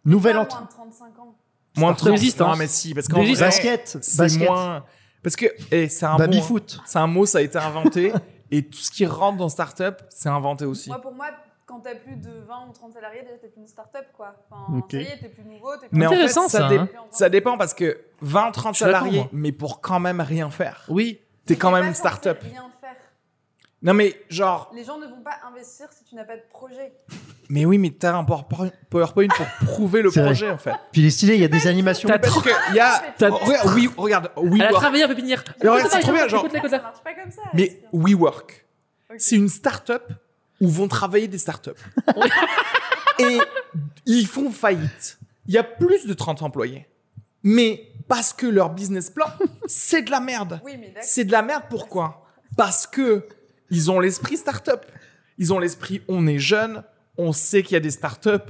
S3: nouvelle
S5: Pas
S3: entre-
S5: moins de 35 ans.
S1: Moins hein. de
S2: Start-up
S1: 30.
S2: existence.
S1: Non, mais si, parce qu'en vrai,
S2: D'existence.
S3: basket,
S1: c'est
S3: basket,
S1: moins. Parce que eh, c'est un mot. hein.
S3: baby-foot.
S1: C'est un mot, ça a été inventé. et tout ce qui rentre dans startup, c'est inventé aussi.
S5: Moi, pour moi, quand t'as plus de 20 ou 30 salariés, déjà, t'es plus une start-up, quoi. Enfin,
S3: Ok.
S5: ça y est, t'es plus nouveau, t'es plus...
S1: Mais en fait, ça,
S2: Intéressant, ça,
S1: dé-
S2: hein.
S1: ça dépend parce que 20, 30
S2: Je suis d'accord,
S1: salariés,
S2: moi.
S1: mais pour quand même rien faire.
S2: Oui.
S1: T'es quand
S5: T'es
S1: même
S5: pas
S1: une
S5: censé
S1: startup.
S5: rien faire.
S1: Non, mais genre,
S5: Les gens ne vont pas investir si tu n'as pas de projet.
S1: mais oui, mais t'as un PowerPoint PowerPoint pour prouver le
S3: C'est vrai.
S1: projet en fait.
S3: Puis il est stylé, il y a des animations.
S2: T'as
S1: Parce
S2: trop-
S1: que y a.
S5: T'as-
S1: Regarde, oui, regarde,
S2: Elle a
S1: WeWork.
S2: travaillé à pépinière.
S1: Mais regarde, c'est
S2: Écoute,
S1: trop bien,
S2: écoute,
S1: genre-
S2: écoute, écoute,
S5: ça
S2: écoute.
S5: marche pas comme ça.
S1: Mais
S5: Esther.
S1: WeWork.
S5: Ok.
S1: c'est une start-up où vont travailler des start-up. Et ils font faillite. Il y a plus de 30 employés. Mais parce que leur business plan, c'est de la merde.
S5: Oui, mais d'accord.
S1: C'est de la merde pourquoi Parce que ils ont l'esprit start-up. Ils ont l'esprit on est jeune, on sait qu'il y a des start-up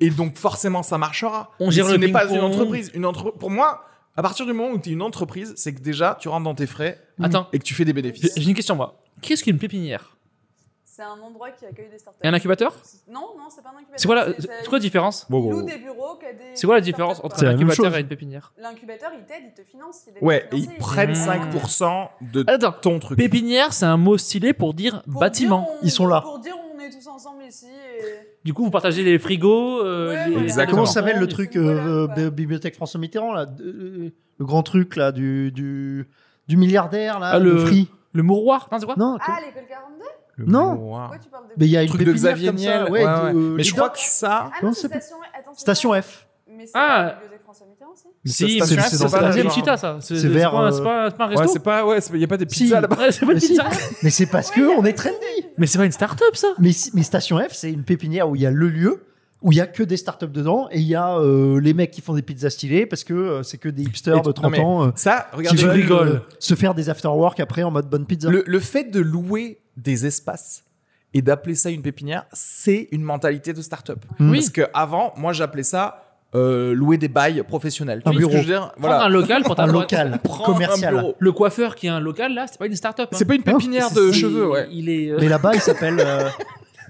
S1: et donc forcément ça marchera.
S2: On
S1: Mais
S2: gère
S1: ce
S2: le
S1: n'est pas une
S2: ping-pong.
S1: entreprise, une entre- pour moi, à partir du moment où tu es une entreprise, c'est que déjà tu rentres dans tes frais
S2: Attends,
S1: et que tu fais des
S2: j'ai
S1: bénéfices.
S2: j'ai une question, moi. Qu'est-ce qu'une pépinière
S5: C'est un endroit qui accueille des startups.
S2: Et un incubateur
S5: Non, non, c'est pas un incubateur.
S2: C'est quoi, la-
S5: ça-
S2: c'est quoi la différence
S1: Wow, wow,
S5: Il loue
S1: wow.
S5: des bureaux qui a des.
S2: C'est quoi la
S5: startups,
S2: différence
S5: quoi.
S2: entre
S3: la
S2: un
S3: même chose.
S2: incubateur et une pépinière
S5: L'incubateur, il t'aide, il te finance. il est
S1: Ouais, et
S5: financé,
S1: ils
S5: il-
S1: prennent
S2: Mmh.
S1: 5% de
S2: Attends,
S1: ton truc.
S2: pépinière, c'est un mot stylé pour dire
S5: Pour
S2: bâtiment.
S5: dire, on-
S3: Ils sont là.
S5: Pour dire on est tous ensemble ici. Et...
S2: Du coup, vous partagez les frigos. euh,
S5: Ouais,
S2: les-
S5: voilà.
S1: Exactement.
S3: Comment
S2: les-
S3: ça s'appelle le
S5: Voilà,
S3: truc
S5: quoi.
S3: euh, euh, bibliothèque François Mitterrand là, de- euh, le grand truc là du du, du milliardaire là,
S2: Ah,
S3: le
S2: le-
S3: free.
S2: Le mouroir, non, c'est quoi
S3: Non,
S5: Ah, l'école 42
S3: Non.
S5: Pourquoi tu parles hein. de.
S3: mais il y a
S1: Le
S3: une
S1: truc de
S3: pépinière
S1: Xavier
S3: comme ça,
S1: Niel.
S3: ouais,
S1: ouais, ouais.
S3: de- euh,
S1: Mais je
S3: les
S1: crois
S3: docs.
S1: que ça.
S5: Ah
S3: Comment
S5: non,
S3: ça s'appelle
S5: station... Attends, c'est pas-
S3: station F.
S5: Mais c'est
S2: Ah.
S5: pas la bibliothèque François Mitterrand, si
S1: c'est
S2: Si,
S1: pas
S2: mais
S1: sûr,
S3: c'est
S1: c'est
S3: dans
S1: pas
S3: cette
S1: la
S2: C'est une
S1: genre.
S2: chita, ça. C'est c'est
S3: vers,
S2: pas un-
S3: euh,
S2: c'est pas un- c'est pas un
S1: Ouais,
S2: resto.
S1: c'est pas. Ouais, il y a pas des
S3: Si.
S1: pizzas là-bas.
S2: Ouais, c'est pas une
S3: Mais si.
S2: pizza.
S3: Mais c'est parce que on est trendy.
S2: Mais c'est pas une start-up, ça.
S3: Mais, si- mais Station F, c'est une pépinière où il y a le lieu, où il y a que des startups dedans, et il y a euh, les mecs qui font des pizzas stylées parce que euh, c'est que des
S1: Et
S3: hipsters
S1: tu-
S3: de
S1: non,
S3: 30
S1: mais-
S3: ans. euh,
S1: Ça,
S3: qui
S1: regardez.
S2: je
S3: veulent,
S2: rigole.
S3: euh, se faire des after-work après en mode bonne pizza.
S1: Le, le fait de louer des espaces et d'appeler ça une pépinière, c'est une mentalité de start-up.
S3: Mm.
S2: Oui.
S1: Parce que avant, moi, j'appelais ça euh, louer des bails professionnels. Tu
S3: Un
S1: vois ce que
S3: bureau.
S1: je veux dire
S2: Prendre un
S1: Voilà.
S2: local pour ta
S3: un
S2: boîte.
S3: local
S1: Prends un
S3: commercial.
S1: bureau.
S2: Le coiffeur qui a un local, là, c'est pas une start-up. hein.
S1: C'est pas une pépinière de
S2: C'est-
S1: cheveux, ouais.
S2: Il est. euh,
S3: Mais là-bas, il s'appelle euh,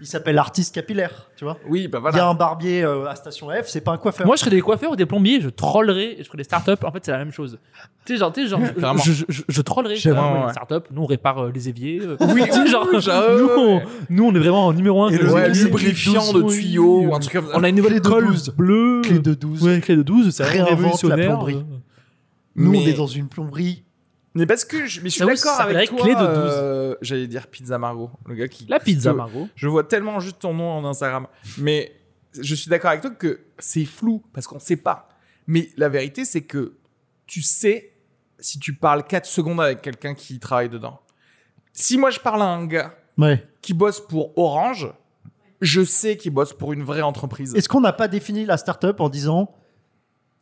S3: il s'appelle artiste capillaire, tu vois.
S1: Oui, bah
S3: Il y
S1: voilà.
S3: a un barbier euh, à Station F, c'est pas un coiffeur.
S2: Moi, je serais des coiffeurs ou des plombiers, je trollerais et je ferais des startups. En fait, c'est la même chose. Tu sais, genre, tu sais, genre,
S1: Clairement.
S2: je, je, je, je trollerais.
S1: J'avoue,
S2: Ah, ouais,
S1: ouais.
S2: une startup, nous, on répare euh, les éviers. euh.
S1: Oui,
S2: Tu sais, genre,
S1: oui, j'avoue,
S2: nous, on,
S1: ouais.
S2: nous, on est vraiment en numéro un.
S3: Et
S2: que
S3: le-
S2: les
S1: Ouais,
S2: éviers.
S1: euh, lubrifiant de tuyaux ou un truc comme ça.
S2: On a une nouvelle
S3: Clé de
S2: colle
S3: 12.
S2: bleue.
S3: Clé de 12.
S2: Ouais, clé de 12, c'est
S3: Réinvente la
S2: révolutionnaire.
S3: plomberie. Nous, on
S1: Mais,
S3: est dans une plomberie.
S1: mais parce que je, mais je suis
S2: Ça, oui, ça
S1: d'accord avec toi.
S2: s'appellerait clé de 12.
S1: euh, J'allais dire pizza Margot, le gars qui
S2: La pizza,
S1: Plutôt-
S2: Margot.
S1: Je vois tellement juste ton nom en Instagram. Mais je suis d'accord avec toi que c'est flou parce qu'on ne sait pas. Mais la vérité, c'est que tu sais si tu parles 4 secondes avec quelqu'un qui travaille dedans. Si moi je parle à un gars
S3: Ouais.
S1: qui bosse pour Orange, je sais qu'il bosse pour une vraie entreprise.
S3: Est-ce qu'on n'a pas défini la start-up en disant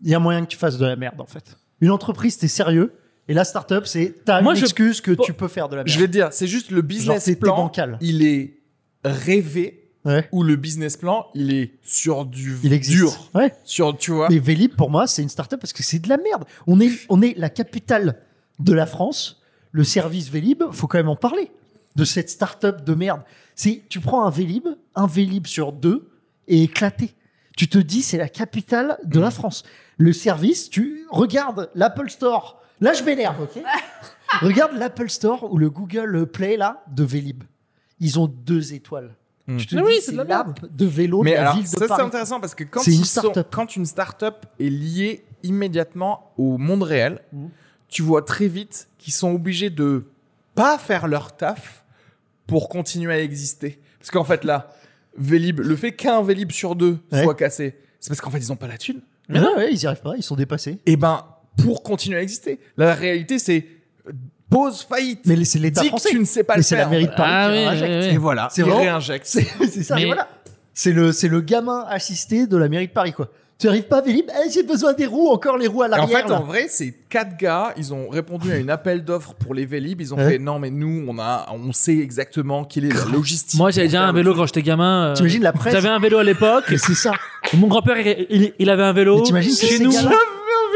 S3: il y a moyen que tu fasses de la merde en fait Une entreprise, t'es sérieux, Et la startup, c'est t'as
S2: Moi,
S3: une
S2: je-
S3: excuse que
S2: Bon,
S3: tu peux faire de la merde.
S1: Je vais te dire, c'est juste le
S3: Genre,
S1: business
S3: t'es t'es
S1: plan.
S3: bancal.
S1: Il est rêvé
S3: Ouais.
S1: ou le business plan, il est sur du
S3: Il existe.
S1: dur.
S3: Ouais.
S1: Sur, tu vois.
S3: Mais Vélib, pour moi, c'est une startup parce que c'est de la merde. On est, on est la capitale de la France. Le service Vélib, faut quand même en parler de cette startup de merde. C'est, tu prends un Vélib, un Vélib sur deux et éclaté. Tu te dis, c'est la capitale de la France. Le service, tu regardes l'Apple Store. Là, je m'énerve, ok Regarde l'Apple Store ou le Google Play là de Vélib. Ils ont deux étoiles.
S1: Mm.
S3: Tu te
S2: Mais
S3: dis,
S2: oui, c'est
S3: c'est
S2: de la
S3: l'app de vélo
S1: Mais
S3: de la
S1: alors,
S3: ville de
S1: ça c'est
S3: Paris.
S1: intéressant parce que quand,
S3: C'est une
S1: ils sont-
S3: start-up.
S1: quand une start-up est liée immédiatement au monde réel,
S3: Mhm.
S1: tu vois très vite qu'ils sont obligés de pas faire leur taf pour continuer à exister. Parce qu'en fait là, Vélib, le fait qu'un Vélib sur deux soit
S3: Ouais.
S1: cassé, c'est parce qu'en fait ils ont pas la thune.
S3: Mais non, ouais, ils y arrivent pas, ils sont dépassés.
S1: Et ben pour continuer à exister, la réalité c'est euh, pose faillite.
S3: Mais c'est l'État
S1: Dis que
S3: français.
S1: tu ne sais pas
S3: Mais
S1: le
S3: c'est la
S1: faire.
S3: mairie de Paris
S2: Ah
S3: qui
S2: oui,
S3: réinjecte.
S2: oui, oui.
S1: Et voilà,
S3: C'est
S1: ils
S3: vraiment-
S1: réinjectent.
S3: C'est- C'est ça,
S2: Mais-
S3: et voilà. C'est le, c'est le gamin assisté de la mairie de Paris, quoi. Tu arrives pas, Vélib Eh, J'ai besoin des roues, encore les roues à
S1: Et en
S3: l'arrière.
S1: fait,
S3: là.
S1: en vrai, c'est quatre gars. Ils ont répondu à une appel d'offres pour les Vélib. Ils ont
S3: Ouais.
S1: fait non, mais nous, on a, on sait exactement quelle est la logistique.
S2: Moi, j'avais déjà un vélo quand j'étais gamin. euh,
S3: T'imagines la presse
S2: J'avais un vélo à l'époque.
S3: Et C'est ça.
S2: Mon grand-père, il, il- il avait un
S3: Mais
S2: vélo.
S3: t'imagines tous
S2: Chez
S3: ces
S2: nous,
S1: J'avais un
S3: gars-là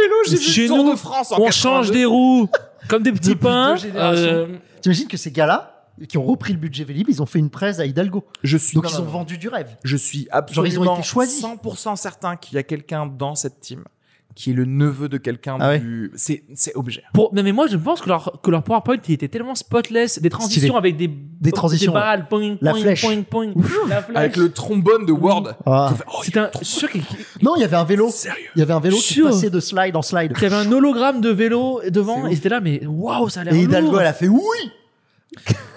S1: vélo. J'ai vu
S2: Chez
S1: le Tour
S2: nous,
S1: de France. En
S2: on change
S1: 82.
S2: des roues comme des petits
S3: Depuis
S2: pains.
S3: deux générations.
S2: Euh,
S3: T'imagines que ces gars-là, qui ont repris le budget Vélib, ils ont fait une presse à Hidalgo.
S1: Je suis.
S3: Donc
S1: non,
S3: ils
S1: non,
S3: ont
S1: non.
S3: vendu du rêve.
S1: Je suis
S3: Genre, ils ont été
S1: absolument
S3: choisis.
S1: 100% certain qu'il y a quelqu'un dans cette team qui est le neveu de quelqu'un
S3: Ah ouais.
S1: du. C'est, c'est objet.
S2: Pour- non mais moi je pense que leur, que leur PowerPoint il était tellement spotless, des transitions
S3: Stylé.
S2: avec des,
S3: transitions,
S2: des balles, poing,
S3: La
S2: poing,
S3: flèche.
S2: poing, poing, la flèche.
S1: Avec le trombone de Word.
S3: Ah.
S1: Oh,
S2: C'est un je suis sûr qu'il qu'il
S3: Non, il y avait un vélo.
S1: Sérieux.
S3: Il y avait un vélo qui
S2: Sûr.
S3: passait de slide en slide.
S2: y avait un hologramme de vélo devant
S1: C'est
S2: et c'était là mais waouh ça a l'air
S3: Et Hidalgo,
S2: lourd.
S3: elle a fait oui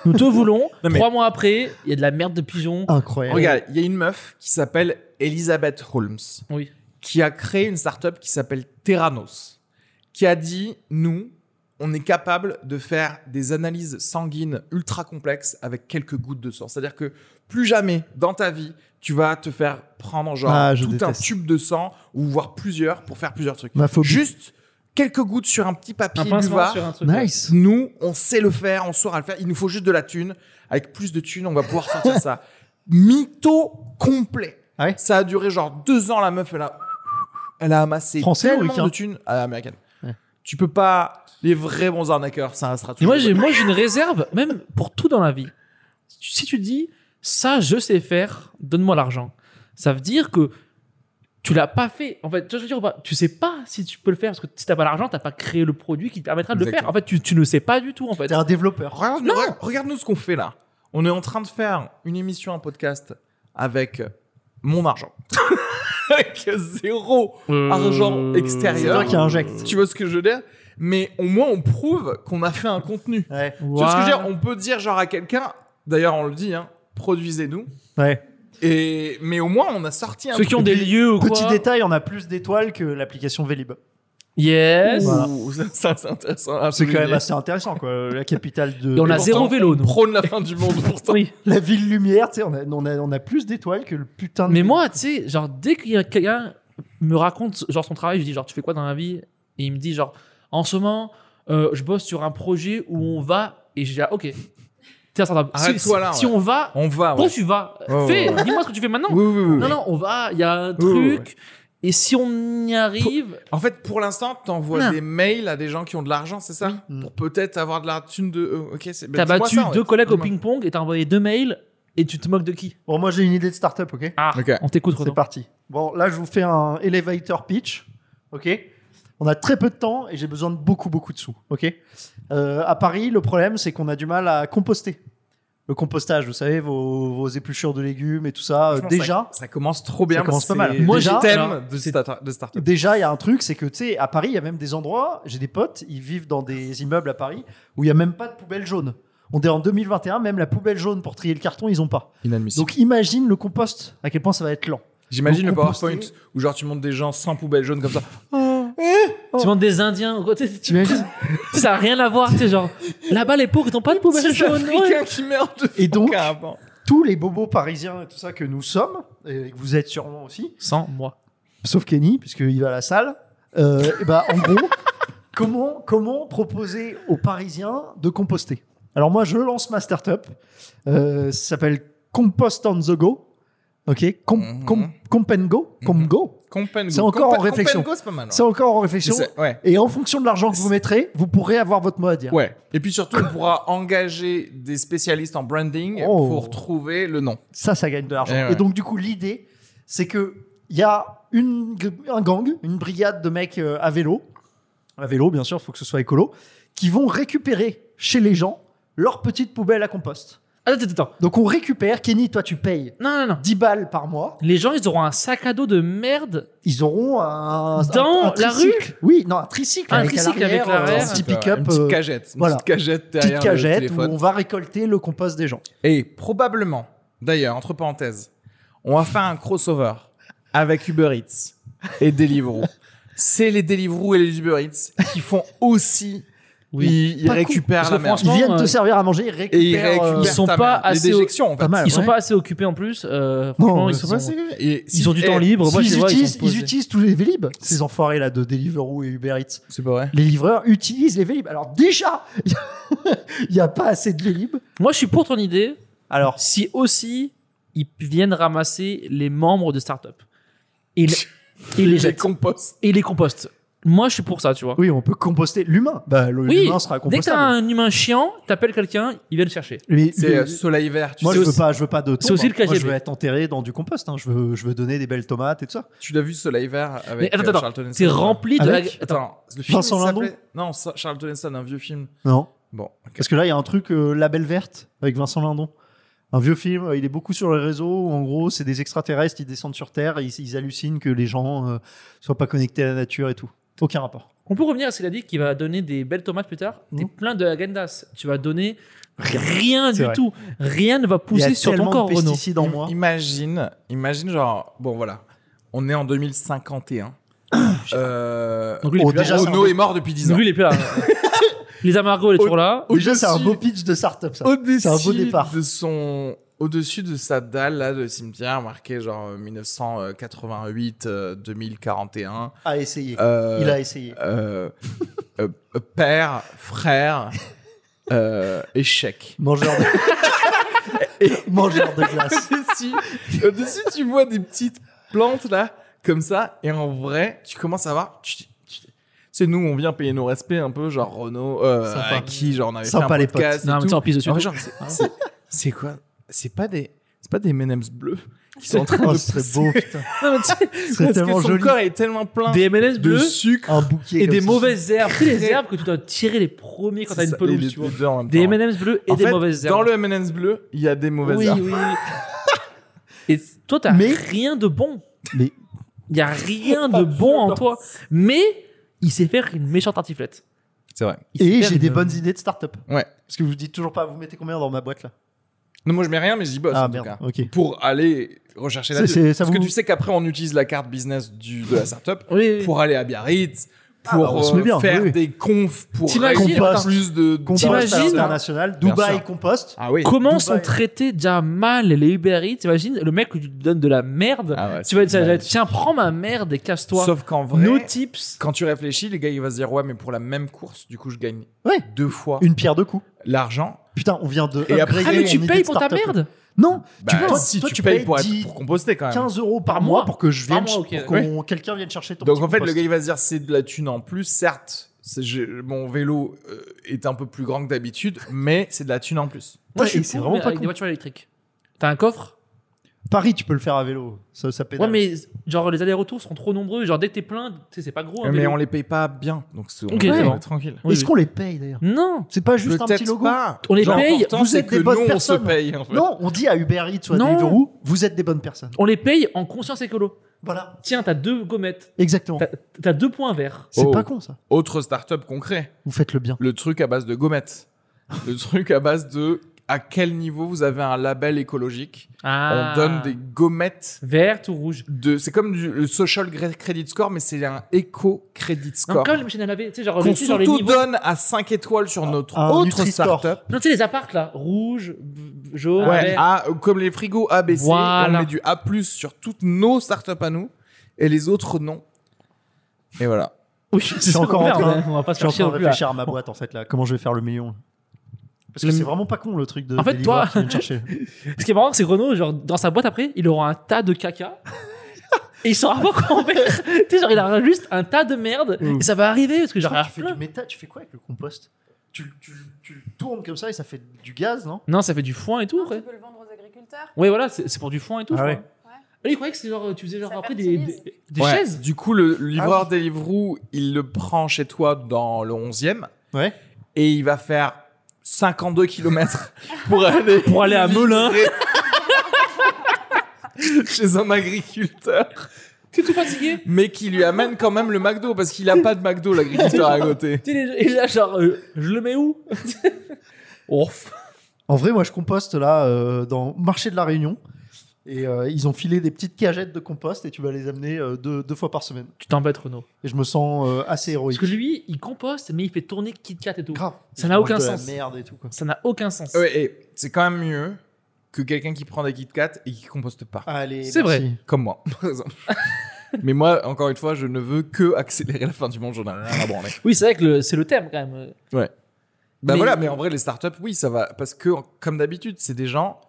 S2: Nous te voulons.
S1: Non, mais-
S2: Trois mois après, il y a de la merde de pigeons.
S3: Incroyable.
S1: Regarde, il y a une meuf qui s'appelle Elizabeth Holmes.
S2: Oui.
S1: Qui a créé une startup qui s'appelle Terranos. Qui a dit nous, on est capable de faire des analyses sanguines ultra complexes avec quelques gouttes de sang. C'est-à-dire que plus jamais dans ta vie, tu vas te faire prendre genre
S3: Ah, je
S1: tout un
S3: déteste.
S1: tube de sang ou voire plusieurs pour faire plusieurs trucs.
S3: Ma phobie.
S1: Juste quelques gouttes sur un petit papier
S2: Un pincement
S1: buvard.
S2: sur un truc.
S3: Nice.
S1: Nous, on sait le faire, on saura le faire. Il nous faut juste de la thune. Avec plus de thune, on va pouvoir sortir ça. Mytho complet.
S3: Ah ouais
S1: ça a duré genre deux ans. La meuf, elle a, elle a amassé
S3: Français ou
S1: tellement
S3: américain
S1: de thunes à l'américaine.
S3: Ouais.
S1: Tu peux pas. Les vrais bons arnaqueurs, ça restera
S2: Mais
S1: toujours.
S2: moi j'ai moi j'ai une réserve même pour tout dans la vie. Si tu- Si tu dis ça je sais faire, donne-moi l'argent. Ça veut dire que tu l'as pas fait. En fait, tu vois ce que je veux dire ou pas tu sais pas si tu peux le faire parce que si t'as pas l'argent, t'as pas créé le produit qui te permettra de le faire.
S1: Exactement.
S2: En fait, tu, tu ne sais pas du tout en fait.
S3: T'es un développeur.
S1: Regarde-nous regarde- regarde-nous ce qu'on fait là. On est en train de faire une émission, un podcast avec mon argent. avec zéro argent extérieur.
S3: Mmh. C'est toi qui injecte.
S1: Tu vois ce que je veux dire Mais au moins, on prouve qu'on a fait un contenu.
S3: Ouais.
S1: Tu vois ce que je veux dire On peut dire genre à quelqu'un, d'ailleurs on le dit, hein, produisez-nous.
S3: Ouais.
S1: Et mais au moins on a sorti un
S2: Ceux qui ont des
S3: Petit-
S2: lieux ou quoi.
S3: Petit détail, on a plus d'étoiles que l'application Vélib.
S2: Yes.
S3: Voilà.
S1: Ouh, ça, ça, c'est intéressant. à
S3: C'est quand
S1: souligner.
S3: même assez intéressant, quoi. La capitale de.
S2: Et on
S1: Et
S2: a
S1: pourtant,
S2: zéro vélo, nous.
S1: On prône la fin du monde pourtant.
S2: Oui.
S3: La ville lumière, tu sais, on a, on, a, on a plus d'étoiles que le putain de.
S2: Mais moi, tu sais, genre, dès qu'il y a quelqu'un me raconte genre son travail, je dis genre, tu fais quoi dans la vie Et il me dit genre, en ce moment, euh, je bosse sur un projet où on va. Et je dis, ah, ok. Tiens, ça va. Si,
S1: Arrête-toi là,
S2: si
S1: ouais.
S2: on va,
S1: On va.
S2: pourquoi
S1: ouais.
S2: tu vas
S1: Ouais,
S2: Fais,
S1: ouais, ouais.
S2: dis-moi ce que tu fais maintenant.
S1: Oui, oui, oui, oui.
S2: Non, non, on va, il y a un
S1: Oui, oui,
S2: truc. Et si on y arrive.
S1: En fait, pour l'instant, t'envoies
S2: Non.
S1: des mails à des gens qui ont de l'argent, c'est ça
S3: Oui.
S1: Pour peut-être avoir de la thune de. euh, ok, c'est. ben,
S2: T'as
S1: dis-moi
S2: battu
S1: ça, ouais.
S2: deux collègues au
S1: Dis-moi.
S2: ping-pong et t'as envoyé deux mails et tu te moques de qui
S3: Bon, moi j'ai une idée de start-up, ok
S2: Ah,
S1: Ok.
S2: on t'écoute,
S3: C'est
S2: Renaud.
S3: parti. Bon, là je vous fais un elevator pitch, ok On a très peu de temps et j'ai besoin de beaucoup, beaucoup de sous, ok Euh, À Paris, le problème c'est qu'on a du mal à composter. Le compostage, vous savez, vos, vos épluchures de légumes et tout ça, euh,
S1: Franchement,
S3: déjà.
S1: ça, ça commence trop bien.
S3: Ça commence pas mal.
S1: Moi,
S2: Moi,
S1: j'ai
S2: j'ai-
S1: thème
S2: alors,
S1: de
S2: c'est-
S1: start- de start-up.
S3: Déjà, il y a un truc, c'est que tu sais, à Paris, il y a même des endroits, j'ai des potes, ils vivent dans des immeubles à Paris où il n'y a même pas de poubelle jaune. On est en 2021, même la poubelle jaune pour trier le carton, ils ont pas.
S1: Inadmissible.
S3: Donc imagine le compost, à quel point ça va être lent.
S1: J'imagine le
S3: donc composter-
S1: PowerPoint où genre tu montes des gens sans poubelle jaune comme ça.
S2: Tu demandes des Indiens. ou quoi, tu sais, tu-
S3: T'imagines
S2: tu sais, ça n'a rien à voir, tu sais, genre. Là-bas, les pauvres, ils n'ont pas de poubelle
S1: C'est
S2: jaune. ouais.
S1: quelqu'un qui meurt de
S3: Et
S1: faim,
S3: donc-
S1: carrément.
S3: tous les bobos parisiens et tout ça que nous sommes, et que vous êtes sûrement aussi,
S2: Sans moi.
S3: sauf Kenny, puisqu'il va à la salle, euh, et bah, en eh ben, gros, comment, comment proposer aux Parisiens de composter Alors moi, je lance ma start-up. Euh, ça s'appelle Compost on the Go. Ok, Com
S1: Mhm.
S3: com- Comp and Go, Com
S1: Mhm.
S3: Go.
S1: Compengo.
S3: C'est encore
S1: Compen-
S3: en réflexion.
S1: Compengo, c'est pas mal. hein. ouais.
S3: C'est encore en réflexion.
S1: C'est- Ouais.
S3: Et en fonction de l'argent que vous
S1: C'est-
S3: mettrez, vous pourrez avoir votre mot à dire.
S1: Ouais. Et puis surtout, on pourra engager des spécialistes en branding
S3: Oh.
S1: pour trouver le nom.
S3: Ça, ça gagne de l'argent.
S1: Eh
S3: Et,
S1: ouais.
S3: donc, du coup, l'idée, c'est que il y a une, un gang, une brigade de mecs euh, à vélo, à vélo, bien sûr, il faut que ce soit écolo, qui vont récupérer chez les gens leur petite poubelle à compost.
S2: Ah, Attends, attends, attends.
S3: Donc, on récupère. Kenny, toi, tu payes
S2: Non, non, non.
S3: 10 balles par mois.
S2: Les gens, ils auront un sac à dos de merde.
S3: Ils auront un. un-
S2: Dans
S3: un
S2: la
S3: tricycle. Oui, non, un tricycle.
S2: Un
S3: avec à
S2: tricycle avec
S3: l'arrière,
S2: l'arrière.
S3: Un petit
S1: Ouais,
S3: pick-up.
S1: Une petite
S3: euh,
S1: cagette. Une
S3: voilà.
S1: petite cagette derrière
S3: Petite
S1: le
S3: cagette où
S1: téléphone.
S3: on va récolter le compost des gens.
S1: Et probablement, d'ailleurs, entre parenthèses, on va faire un crossover avec Uber Eats et Deliveroo. C'est les Deliveroo et les Uber Eats qui font aussi. Ils, ils
S3: Pas con,
S1: récupèrent
S2: parce
S1: la
S2: que
S1: merde.
S3: Ils
S2: Franchement,
S3: viennent te
S2: euh,
S3: servir à manger, ils
S1: Et ils
S3: récupèrent.
S1: récupèrent
S3: euh,
S2: Ils sont
S1: ta
S2: pas
S1: merde.
S2: assez
S1: les déjections en
S3: pas
S1: fait.
S3: mal.
S2: Ils sont
S3: Ouais.
S2: pas assez occupés en plus. euh, franchement,
S3: Non,
S2: ils
S3: euh,
S2: sont.
S3: c'est-
S1: Et si-
S2: Ils ont du
S1: eh,
S2: temps libre. Moi, je
S3: ils,
S2: les vois, ils
S3: utilisent,
S2: sont posés.
S3: ils utilisent tous les Vélib, ces enfoirés là de Deliveroo et Uber Eats.
S1: C'est pas vrai.
S3: Les livreurs utilisent les Vélib. Alors déjà, il n'y a pas assez de Vélib.
S2: Moi, je suis pour ton idée.
S3: Alors,
S2: Si aussi, ils viennent ramasser les membres de start-up. Et ils, ils les
S1: Les
S2: jettent.
S1: composts.
S2: Et ils les compostent. Moi, je suis pour ça, tu vois.
S3: oui, on peut composter l'humain. Bah, le-
S2: Oui,
S3: l'humain sera
S2: Dès que t'as
S3: compostable.
S2: un humain chiant, t'appelles quelqu'un, il vient le chercher.
S3: Mais-
S1: C'est
S3: mais-
S1: euh, soleil vert. Tu,
S3: moi,
S1: sais,
S3: je veux
S1: aussi-
S3: pas, je veux pas de
S2: c'est
S3: tombes.
S2: aussi le
S3: Moi, je
S2: KGB.
S3: veux être enterré dans du compost. hein. Je veux, je veux donner des belles tomates et tout ça.
S1: tu l'as vu soleil vert avec
S2: Mais attends,
S1: euh,
S2: attends,
S1: Charlton Heston hein.
S2: C'est rempli de
S3: Avec
S2: la.
S1: Attends, le film
S3: Vincent Lindon
S1: s'appelait- Non, ça- Charlton Heston, un vieux film.
S3: Non,
S1: Bon, ok.
S3: parce que là, il y a un truc euh, La Belle Verte avec Vincent Lindon. Un vieux film, euh, il est beaucoup sur les réseaux. où, en gros, c'est des extraterrestres, ils descendent sur Terre et ils, ils hallucinent que les gens euh, soient pas connectés à la nature et tout. Aucun rapport.
S2: On peut revenir à ce qu'il a dit qu'il va donner des belles tomates plus tard. T'es
S3: Mhm.
S2: plein de agendas. Tu vas donner rien,
S3: C'est
S2: du
S3: vrai.
S2: tout. Rien ne va
S3: Il y
S2: pousser
S3: a
S2: sur ton
S3: tellement
S2: corps,
S3: de
S2: Renaud.
S3: pesticides en
S1: Im-
S3: moi.
S1: Imagine, imagine genre, bon voilà, on est en 2051. Euh,
S2: Donc lui, il est
S3: Oh,
S2: plus là.
S3: déjà, c'est un
S1: Renaud
S3: beau-
S1: est mort depuis 10 ans.
S2: Donc lui, il est plus là. hein. Les amargots, il est toujours là.
S3: Déjà, c'est un
S1: Au-dessus-
S3: beau pitch de start-up, ça.
S1: Au-dessus
S3: C'est un beau départ.
S1: de son, au-dessus de sa dalle là de cimetière marqué genre euh, 1988 euh, 2041.
S3: À essayer.
S1: euh,
S3: Il a essayé.
S1: euh, euh, euh, père, frère, euh, échec.
S3: Mangeur de... Mangeur de glace.
S1: Au-dessus, au-dessus, tu vois des petites plantes là, comme ça, et en vrai, tu commences à voir. tu- tu- C'est nous, on vient payer nos respects un peu, genre Renault, euh,
S3: Sympa.
S1: à qui genre on avait
S3: Sympa,
S1: fait un
S3: les
S1: podcast. et
S2: Non, mais
S1: tout.
S2: ça, on pisse dessus.
S1: En vrai, genre, c'est- c'est- c'est quoi C'est pas des, c'est pas des M&M's bleus qui sont en train
S3: Oh,
S1: de
S3: ce
S1: pousser.
S3: serait beau, putain.
S1: Non, mais tu sais,
S3: Ce serait
S1: parce que
S3: tellement
S1: son
S3: joli.
S1: corps est tellement plein
S2: Des M&M's
S1: de
S2: bleus
S1: sucre
S3: Un bouquet.
S2: et
S3: comme
S2: des
S3: ça.
S2: mauvaises herbes. Tu sais, les
S1: Très-
S2: herbes que tu dois tirer les premiers quand t'as
S1: C'est
S2: une
S1: ça,
S2: pelouse,
S1: les-
S2: tu
S1: les
S2: vois.
S1: deux en même
S2: Des
S1: temps.
S2: M&M's bleus et
S1: En
S2: des
S1: fait,
S2: mauvaises herbes.
S1: Dans le M&M's bleu, il y a des mauvaises
S2: Oui,
S1: herbes.
S2: oui, oui. Et toi, t'as
S3: Mais-
S2: rien de bon.
S3: Mais-
S2: Il y a rien de bon en toi. Mais il sait faire une méchante tartiflette.
S1: C'est vrai.
S2: Il sait
S3: Et
S2: faire
S3: j'ai des
S2: une-
S3: bonnes idées de start-up.
S1: Ouais.
S3: Parce que vous dites toujours pas, vous mettez combien dans ma boîte là
S1: Non, moi je mets rien, mais je dis boss
S3: Ah
S1: en tout
S3: merde,
S1: cas.
S3: ok.
S1: pour aller rechercher la
S3: C'est- c'est- ça
S1: Parce que
S3: vous-
S1: tu sais qu'après, on utilise la carte business du, de la startup
S2: Oui, oui, oui.
S1: pour aller à Biarritz,
S3: Ah,
S1: pour
S3: bah, on se
S1: euh,
S3: met bien,
S1: faire
S3: oui, oui.
S1: des confs, pour
S2: T'imagines,
S1: réunir
S3: attends.
S1: plus de...
S3: Compost
S2: T'imagines-
S3: international,
S1: Bien
S3: Dubaï
S1: sûr.
S3: compost.
S1: Ah oui.
S2: Comment
S3: Dubaï.
S2: sont traités déjà mal les Uber Eats T'imagines le mec où tu te donnes de la merde.
S1: Ah ouais,
S2: tu vas
S1: c'est
S2: dire
S1: dingue.
S2: tiens prends ma merde et casse-toi.
S1: Sauf qu'en vrai,
S2: Nos tips.
S1: quand tu réfléchis, les gars, ils vont se dire, ouais, mais pour la même course, du coup, je gagne
S3: Ouais.
S1: deux fois
S3: Une pierre deux coups.
S1: l'argent.
S3: Putain, on vient de.
S1: Et après-
S3: upgrader
S2: Ah mais
S3: mon
S2: tu
S3: idée
S2: payes
S3: de
S2: pour ta
S3: start-up.
S2: merde.
S3: Non,
S1: Bah,
S3: vois,
S1: si,
S3: toi,
S1: tu,
S3: tu
S1: payes
S3: payes
S1: pour, être-
S3: 10,
S1: pour composter quand même.
S3: 15 euros par,
S2: Par
S3: mois,
S2: mois.
S3: pour que je
S2: Par
S3: vienne,
S2: mois, ok,
S3: pour qu'on quelqu'un vienne chercher ton
S1: Donc
S3: petit
S1: en fait,
S3: compost.
S1: le gars, il va se dire, c'est de la thune en plus, certes. c'est- j'ai- Mon vélo euh, est un peu plus grand que d'habitude, mais c'est de la thune en plus.
S2: Moi
S3: Ouais,
S2: je suis
S3: c'est
S2: pour,
S3: vraiment
S2: mais
S3: pas
S2: avec
S3: con.
S2: des voitures électriques. T'as un coffre
S3: Paris, tu peux le faire à vélo. Ça, ça pédale.
S2: Ouais mais genre les allers-retours seront trop nombreux. Genre dès que t'es plein, tu sais, c'est pas gros. un
S1: mais
S2: vélo.
S1: on les paye pas bien, donc c'est on
S2: Ok,
S1: est
S2: c'est bon.
S1: tranquille.
S2: Oui,
S3: Est-ce
S2: oui.
S3: qu'on les paye d'ailleurs
S2: Non.
S3: C'est pas juste un petit logo
S1: pas.
S2: On les
S1: Genre,
S2: paye,
S1: l'important,
S3: vous
S1: c'est
S3: êtes
S1: que
S3: des bonnes
S1: nous,
S3: personnes.
S1: On se paye, en fait.
S3: Non, on dit à Uber Eats ou à
S2: Non.
S3: Deliveroo, vous êtes des bonnes personnes.
S2: On les paye en conscience écolo.
S3: Voilà,
S2: Tiens, t'as deux gommettes,
S3: exactement.
S2: t'as t'as deux points verts.
S3: C'est
S1: Oh.
S3: pas con ça.
S1: Autre start-up concret,
S3: Vous faites le bien.
S1: le truc à base de gommettes. le truc à base de à quel niveau vous avez un label écologique.
S3: Ah.
S1: On donne des gommettes
S2: vertes Ah. ou rouges.
S1: de. C'est comme du, le social gre- credit score, mais c'est un éco credit
S2: Non,
S1: score.
S2: comme les machines à laver, tu sais, genre,
S1: Qu'on
S2: tu sais, genre les niveaux.
S1: s'auto-donne à 5 étoiles sur notre
S3: un
S1: autre
S3: Nutri-Score.
S1: start-up.
S2: Non, tu sais, les appartes là, rouge, b- jaune,
S1: Ouais,
S2: vert.
S3: Ah,
S1: à- euh, comme les frigos ABC, on
S2: Voilà.
S1: met du A+, sur toutes nos startups à nous, et les autres non. Et voilà.
S2: Oui, c'est
S3: encore en
S2: merde,
S3: train-
S2: hein, On va pas se
S3: Je suis en
S2: faire chier
S3: train
S2: non
S3: de
S2: plus, là.
S3: réfléchir à ma boîte en fait là. Comment je vais faire le million Parce que
S2: Le-
S3: c'est vraiment pas con le truc de
S2: En fait,
S3: des livreurs
S2: toi-
S3: qui viennent chercher.
S2: Ce qui est marrant, c'est que Renault, genre, dans sa boîte après, il aura un tas de caca. et il saura pas quoi en faire. tu sais, genre, il aura juste un tas de merde.
S3: Mm.
S2: Et ça va arriver parce que
S3: Tu
S2: genre, il y en a
S3: fais
S2: plein.
S3: du méta, tu fais quoi avec le compost tu, tu, tu le tournes comme ça et ça fait du gaz, non
S2: Non, ça fait du foin et tout,
S5: Non,
S2: après.
S5: Tu peux le vendre aux agriculteurs.
S2: Oui, voilà, c'est c'est pour du foin et tout.
S3: Ah
S2: je
S3: ouais.
S2: crois. Ah, il croyait que c'est genre, tu faisais genre
S5: Ça
S2: après des,
S5: fertilise.
S2: des, des
S1: Ouais.
S2: chaises.
S1: Du coup, le, le
S3: Ah
S1: livreur Deliveroo, il le prend chez toi dans le 11e
S3: Ouais.
S1: et il va faire 52 km pour aller,
S2: Pour aller à Melun.
S1: chez un agriculteur,
S2: T'es tout fatigué.
S1: mais qui lui amène quand même le McDo parce qu'il a pas de McDo, l'agriculteur à côté.
S2: T'es les- Et là, genre, euh, je le mets où Ouf.
S3: En vrai, moi je composte là euh, dans marché de la Réunion. Et euh, ils ont filé des petites cagettes de compost et tu vas les amener euh, deux, deux fois par semaine.
S2: Tu t'embêtes, Renault.
S3: Et je me sens euh, assez héroïque.
S2: Parce que lui, il composte, mais il fait tourner Kit Kat et tout.
S3: Grave.
S2: Ça
S3: Je
S2: n'a
S3: mange
S2: aucun
S3: de la
S2: sens.
S3: merde et tout quoi.
S2: Ça n'a aucun sens.
S1: Ah Ouais, et c'est quand même mieux que quelqu'un qui prend des Kit Kat et qui composte pas.
S3: Allez.
S2: C'est
S3: merci.
S1: Comme moi, par exemple. mais moi, encore une fois, je ne veux que accélérer la fin du monde, j'en ai rien à branler.
S2: Oui, c'est vrai que le- c'est le thème quand même.
S1: Bah
S2: Mais-
S1: voilà, mais en vrai, les startups, oui, ça va. Parce que, comme d'habitude, c'est des gens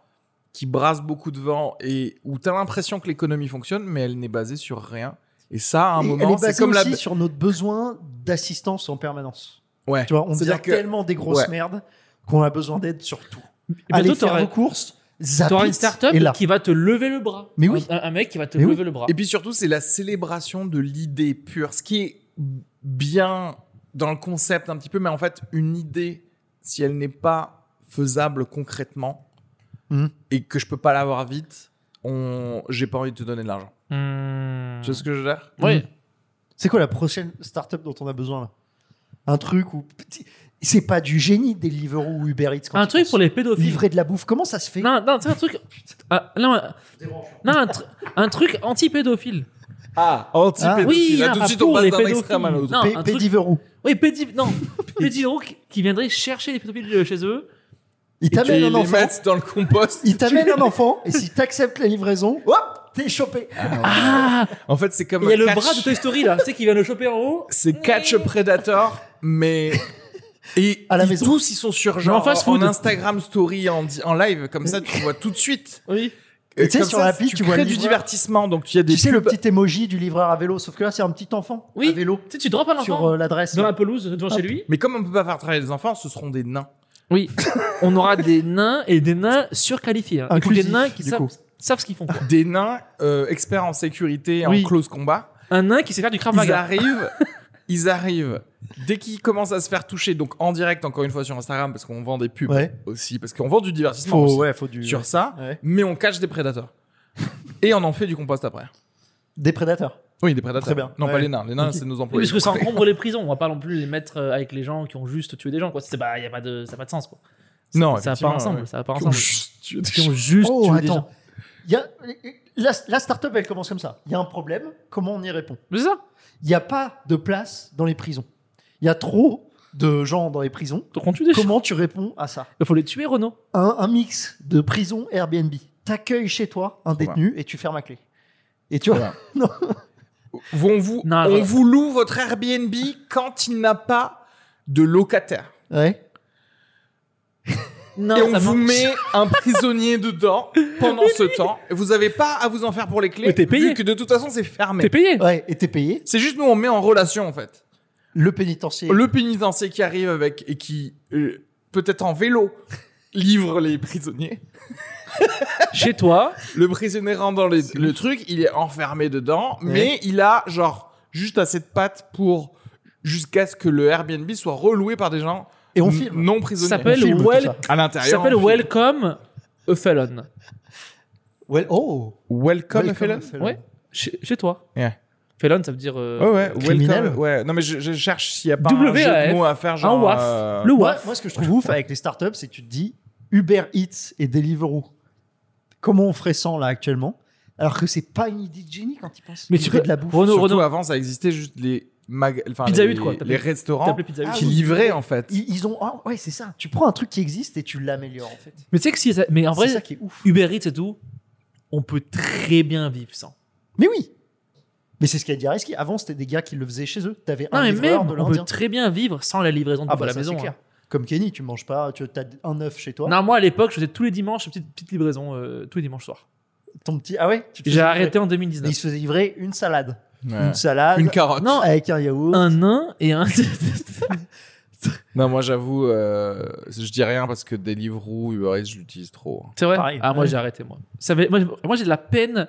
S1: qui brassent beaucoup de vent et où t'as l'impression que l'économie fonctionne, mais elle n'est basée sur rien. Et ça, à un
S3: Et elle
S1: moment,
S3: est
S1: c'est
S3: basée
S1: comme
S3: aussi
S1: la.
S3: sur notre besoin d'assistance en permanence.
S1: Ouais.
S3: Tu vois, on devient
S1: C'est-à-dire que-
S3: tellement des grosses
S1: ouais.
S3: merdes qu'on a besoin d'aide sur tout.
S2: Mais
S3: Allez
S2: toi,
S3: faire
S2: t'aurais-
S3: vos courses, zappez,
S2: T'auras une
S3: et
S2: start-up
S3: là.
S2: qui va te lever le bras.
S3: Mais oui.
S2: Un, un mec qui va te
S3: Mais oui.
S2: lever le bras.
S1: Et puis surtout, c'est la célébration de l'idée pure. Ce qui est bien dans le concept un petit peu, mais en fait, une idée, si elle n'est pas faisable concrètement
S3: Mhm.
S1: et que je peux pas l'avoir vite, on... j'ai pas envie de te donner de l'argent.
S2: Hmm.
S1: Tu vois ce que je veux dire
S2: Ouais.
S3: Mmh. C'est quoi la prochaine start-up dont on a besoin là Un truc où petit- c'est pas du génie Deliveroo ou Uber Eats. quand
S2: Un
S3: tu
S2: truc
S3: penses.
S2: pour les pédophiles.
S3: livrer de la bouffe. Comment ça se fait
S2: Non, non, c'est un truc. Ah, non, un- non, un, tr- un truc anti-pédophile.
S1: Ah, anti-pédophile.
S2: oui,
S1: Là,
S2: un
S1: tout de suite,
S2: rapport
S1: on passe
S2: les
S1: d'un
S2: pédophiles.
S1: extrême à l'autre.
S2: Non,
S3: Pay-
S2: un
S3: Pay
S2: truc-
S3: Deliveroo.
S2: Oui, pédif. Non, pédiro qui qui viendrait chercher les pédophiles euh, chez eux.
S3: Ils
S1: Et
S3: t'amènent
S1: les
S3: un enfant.
S1: mettre dans le compost.
S3: Ils t'amènent un enfant et si t'acceptes la livraison, hop, t'es chopé.
S2: Ah
S1: En fait, c'est comme
S2: Il y a le
S1: Catch-
S2: bras de Toy Story là, tu sais, qui vient le choper en haut.
S1: C'est Catch Predator, mais et
S3: À la
S1: ils-
S3: maison.
S1: tous ils sont sur genre
S2: Mais en fast-food.
S1: Instagram story en, di- en live comme ça tu vois tout de suite.
S2: Oui.
S3: Et tu sais,
S1: Comme
S3: sur
S1: ça,
S3: l'appli,
S1: tu
S3: tu vois
S1: crées
S3: le
S1: du
S3: livreur.
S1: divertissement donc tu y a des
S3: Tu sais le
S1: pubs.
S3: petit emoji du livreur à vélo, sauf que là c'est un petit enfant
S2: Oui.
S3: à vélo
S2: Tu sais, tu droppes un
S3: sur
S2: enfant
S3: euh, l'adresse.
S2: dans la pelouse devant chez lui.
S1: Mais comme on peut pas faire travailler les enfants, ce seront des nains.
S2: Oui. On aura des nains et des nains surqualifiés. hein. Il faut des
S3: Inclusif,
S2: nains qui
S3: du
S2: savent,
S3: coup.
S2: savent ce qu'ils font. quoi.
S1: Des nains euh, experts en sécurité et
S2: Oui.
S1: en close combat.
S2: Un nain qui sait faire du Krav
S1: Ils
S2: Maga.
S1: arrivent, ils arrivent. Dès qu'ils commencent à se faire toucher, donc en direct encore une fois sur Instagram parce qu'on vend des pubs
S3: Ouais.
S1: aussi, parce qu'on vend du divertissement
S3: Faut,
S1: aussi.
S3: ouais, faut du.
S1: sur ça,
S3: Ouais.
S1: mais on cache des prédateurs. Et on en fait du compost après.
S3: Des prédateurs.
S1: Oui, des prédateurs.
S3: Très bien.
S1: Non,
S3: Ouais.
S1: pas les nains. Les nains,
S3: Ok.
S1: c'est nos
S2: Oui,
S1: employés.
S2: parce que ça encombre les prisons. On va pas non plus les mettre euh, avec les gens qui ont juste tué des gens. Quoi. C'est bah, y a pas de, ça n'a pas de sens. Quoi. Ça-
S1: Non,
S2: ça va pas
S1: effectivement,
S2: ensemble.
S1: ouais.
S2: Ça va pas
S1: Qui ont
S2: ensemble.
S1: juste tué des
S2: Qui
S1: gens.
S2: ont juste
S3: Oh,
S2: tué des
S3: attends.
S2: gens.
S3: Il y a- la, la start-up, elle commence comme ça. Il y a un problème, comment on y répond
S2: Mais C'est ça.
S3: Il n'y a pas de place dans les prisons. Il y a trop de gens dans les prisons.
S2: Donc on tue des gens.
S3: Comment tu réponds à ça
S2: Il faut les tuer, Renaud.
S3: un, un mix de prison Airbnb. T'accueilles chez toi un
S1: bien.
S3: détenu et tu fermes à clé. Et tu vois,
S1: On vous,
S2: Non,
S1: on
S2: voilà.
S1: vous loue votre Airbnb quand il n'a pas de locataire.
S3: ouais.
S2: Non,
S1: et on
S2: ça
S1: vous
S2: marche.
S1: met un prisonnier dedans pendant ce temps. Et Vous n'avez pas à vous en faire pour les clés.
S2: Mais t'es payé.
S1: Vu que de toute façon, c'est
S2: T'es
S1: fermé.
S2: payé.
S3: ouais, et t'es payé.
S1: C'est juste nous, on met en relation en fait.
S3: Le pénitencier.
S1: Le pénitencier qui arrive avec et qui, euh, peut-être en vélo, livre les prisonniers.
S2: Chez toi.
S1: Le prisonnier rentre dans les- le truc, il est enfermé dedans, mais il a genre juste assez de pattes pour jusqu'à ce que le Airbnb soit reloué par des gens
S3: Et on
S1: n-
S3: filme.
S1: non
S2: Ça
S1: prisonniers.
S2: s'appelle
S3: filme tout
S2: Wel-
S3: ça.
S1: à
S2: ça
S1: l'intérieur.
S2: s'appelle
S1: on filme.
S2: Welcome a Felon.
S3: Well, oh.
S1: Welcome,
S3: Welcome
S1: Felon.
S3: Felon.
S2: Ouais. Chez, chez toi.
S1: Ouais.
S2: Felon, ça veut dire. euh,
S1: Ouais ouais,
S3: Criminel.
S1: welcome. Ouais, non mais je, je cherche s'il y a pas
S2: WAF,
S1: un jeu de mots à faire genre
S2: un WAF.
S1: euh,
S2: Le
S3: Moi,
S2: WAF.
S3: moi, ce que je trouve ouf avec les startups, c'est que tu te dis Uber Eats et Deliveroo. Comment on ferait sans là actuellement Alors que c'est pas une idée de génie quand ils pensent.
S2: Mais tu
S3: Livrer
S2: peux.
S3: de la bouffe.
S2: Renaud,
S1: surtout
S2: Renaud.
S1: avant ça existait juste les mag... enfin
S2: Pizza
S1: les,
S2: Hut, quoi. T'as
S1: les
S2: fait-
S1: restaurants
S2: T'appelles Pizza Hut.
S3: Ah
S1: qui
S3: oui.
S1: livraient en fait.
S3: Ils, ils ont. ah, ouais, c'est ça. Tu prends un truc qui existe et tu l'améliores en fait.
S2: Mais tu sais que si. ça- Mais en
S3: C'est ça
S2: vrai,
S3: qui est ouf.
S2: Uber Eats et tout, on peut très bien vivre sans.
S3: Mais oui. Mais c'est ce qu'a dit Areski. Avant, c'était des gars qui le faisaient chez eux. T'avais
S2: Non,
S3: un
S2: mais
S3: livreur
S2: même,
S3: de
S2: on peut
S3: l'Indien.
S2: très bien vivre sans la livraison de
S3: Ah,
S2: bouffe à
S3: bah,
S2: la
S3: ça,
S2: maison.
S3: c'est clair.
S2: hein.
S3: Comme Kenny, tu manges pas, tu as un œuf chez toi.
S2: Non, moi à l'époque, je faisais tous les dimanches une petite, petite livraison, euh, tous les dimanches soirs.
S3: Ton petit... Ah ouais tu te
S2: J'ai
S3: faisais
S2: arrêté en
S3: livrer. Et
S2: 2019.
S3: Il se faisait livrer une salade.
S1: Ouais.
S3: Une salade.
S1: Une carotte.
S2: Non,
S3: Avec un yaourt.
S2: un nain et un.
S1: Non, moi j'avoue, euh, je dis rien parce que Deliveroo, Uber Eats, je l'utilise trop.
S2: c'est vrai
S3: Pareil.
S2: Ah, moi j'ai arrêté, moi. Ça fait- moi, j'ai- moi, j'ai de la peine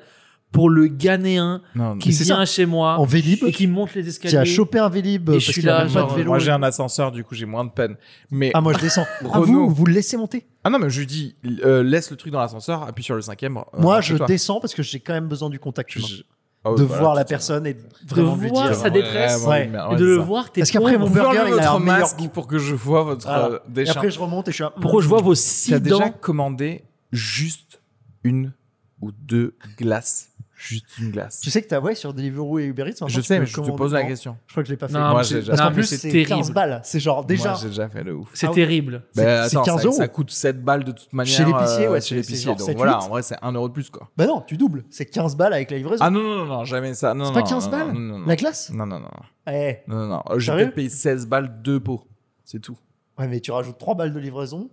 S2: pour le Ghanéen
S1: Non,
S2: qui
S3: Mais c'est
S2: vient chez moi
S3: En Vélib.
S2: et qui monte les escaliers.
S3: Qui a chopé un Vélib
S2: Et
S3: parce
S2: je suis
S3: qu'il a
S2: là,
S3: même pas
S2: genre,
S3: de vélo.
S1: moi j'ai un ascenseur, du coup j'ai moins de peine. Mais
S3: Ah, moi je descends. ah,
S1: Renaud.
S3: vous, vous le laissez monter.
S1: Ah non, mais je lui dis, euh, laisse le truc dans l'ascenseur, appuie sur le cinquième. euh,
S3: moi je
S1: rentre chez
S3: descends parce que j'ai quand même besoin du contact humain.
S1: toi. Je- Ah
S2: Oh,
S1: ouais,
S3: de
S1: voilà,
S3: voir la
S1: putain.
S3: personne et
S2: bah de
S3: vraiment de lui
S2: voir
S3: dire.
S2: sa détresse
S1: Vraiment,
S3: Ouais.
S1: merde,
S2: et
S1: ouais,
S2: de le
S1: c'est ça.
S2: voir. t'es
S3: Parce qu'après
S2: pauvre.
S3: mon
S1: Ouvre-le
S3: burger, il a un
S1: votre
S3: meilleur
S1: masque
S3: goût.
S1: pour que je vois votre
S3: Voilà.
S1: euh,
S3: Et
S1: décharge.
S3: après je remonte et je suis un.
S2: Pourquoi je vois vos six
S1: T'as déjà
S2: dents
S1: commandé juste une ou deux glaces Juste une glace.
S3: Tu sais que t'as ouais sur Deliveroo et Uber Eats. maintenant,
S1: je
S3: tu
S1: sais,
S3: peux
S1: mais je te
S3: commander
S1: pose la
S3: en-
S1: question.
S3: Je crois que je l'ai pas fait.
S2: Non,
S1: Moi,
S2: mais
S1: j'ai
S2: c'est-
S1: déjà-
S3: Parce
S2: non,
S3: qu'en
S2: mais
S3: plus
S2: c'est
S3: c'est 15
S2: terrible.
S3: balles. C'est genre déjà
S1: Moi, j'ai déjà fait le ouf.
S2: C'est
S3: Ah ouais.
S2: terrible.
S3: C'est-
S1: Bah,
S3: c'est
S1: attends,
S3: 15
S1: ça,
S3: euros.
S1: ça coûte 7 balles de toute manière.
S3: l'épicier,
S1: euh,
S3: ouais,
S1: Chez
S3: c'est-
S1: l'épicier.
S3: c'est genre
S1: Donc
S3: 7,
S1: voilà,
S3: 8.
S1: en vrai, c'est 1 euro de plus, quoi.
S3: Bah non, tu doubles. C'est 15 balles avec la livraison.
S1: Ah non, non, non, non, jamais ça. Non,
S3: C'est pas
S1: non,
S3: 15
S1: non,
S3: balles
S1: Non, non, non.
S3: La glace
S1: Non, non, non.
S3: Eh.
S1: non, non, non. J'ai
S3: Sérieux
S1: peut-être payé 16 balles, 2 pots. C'est tout.
S3: Ouais, mais tu rajoutes 3 balles de livraison.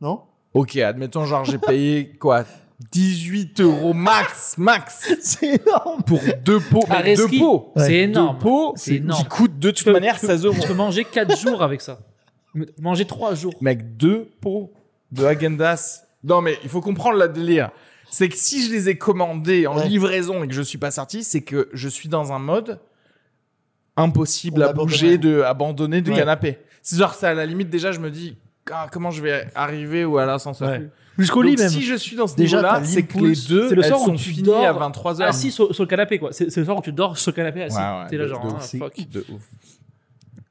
S3: Non
S1: Ok, admettons, genre, j'ai payé quoi 18 euros max, max
S3: C'est énorme.
S1: pour 2 pots.
S2: Ah,
S1: Mais 2
S2: Reski,
S1: pots
S2: c'est
S1: Deux
S2: énorme.
S1: pots
S2: C'est énorme.
S1: qui coûtent de toute
S2: peux-
S1: manière 16 euros.
S2: Je peux manger 4 jours avec ça. Me- Manger 3 jours.
S1: Mec, deux pots de Hagendas. Non, mais il faut comprendre la délire. C'est que si je les ai commandés en
S3: Ouais.
S1: livraison et que je suis pas sorti, c'est que je suis dans un mode impossible
S3: On
S1: à
S3: abandonne
S1: bouger,
S3: tout.
S1: de abandonner du
S3: Ouais.
S1: canapé. C'est genre ça à la limite déjà je me dis ah, comment je vais arriver ou à l'ascenseur.
S3: Ouais.
S1: Donc,
S2: Jusqu'au
S1: Si je suis dans ce
S3: Déjà,
S1: niveau-là,
S3: t'as
S1: c'est que les
S3: l'impulse.
S1: deux
S2: C'est le
S1: elles
S2: soir où
S1: sont
S2: tu
S1: finies
S2: dors Ah,
S1: à 23h.
S2: assis sur, sur le canapé, quoi. C'est c'est le soir où tu dors sur le canapé assis. T'es là, genre, ah, fuck.
S1: de ouf.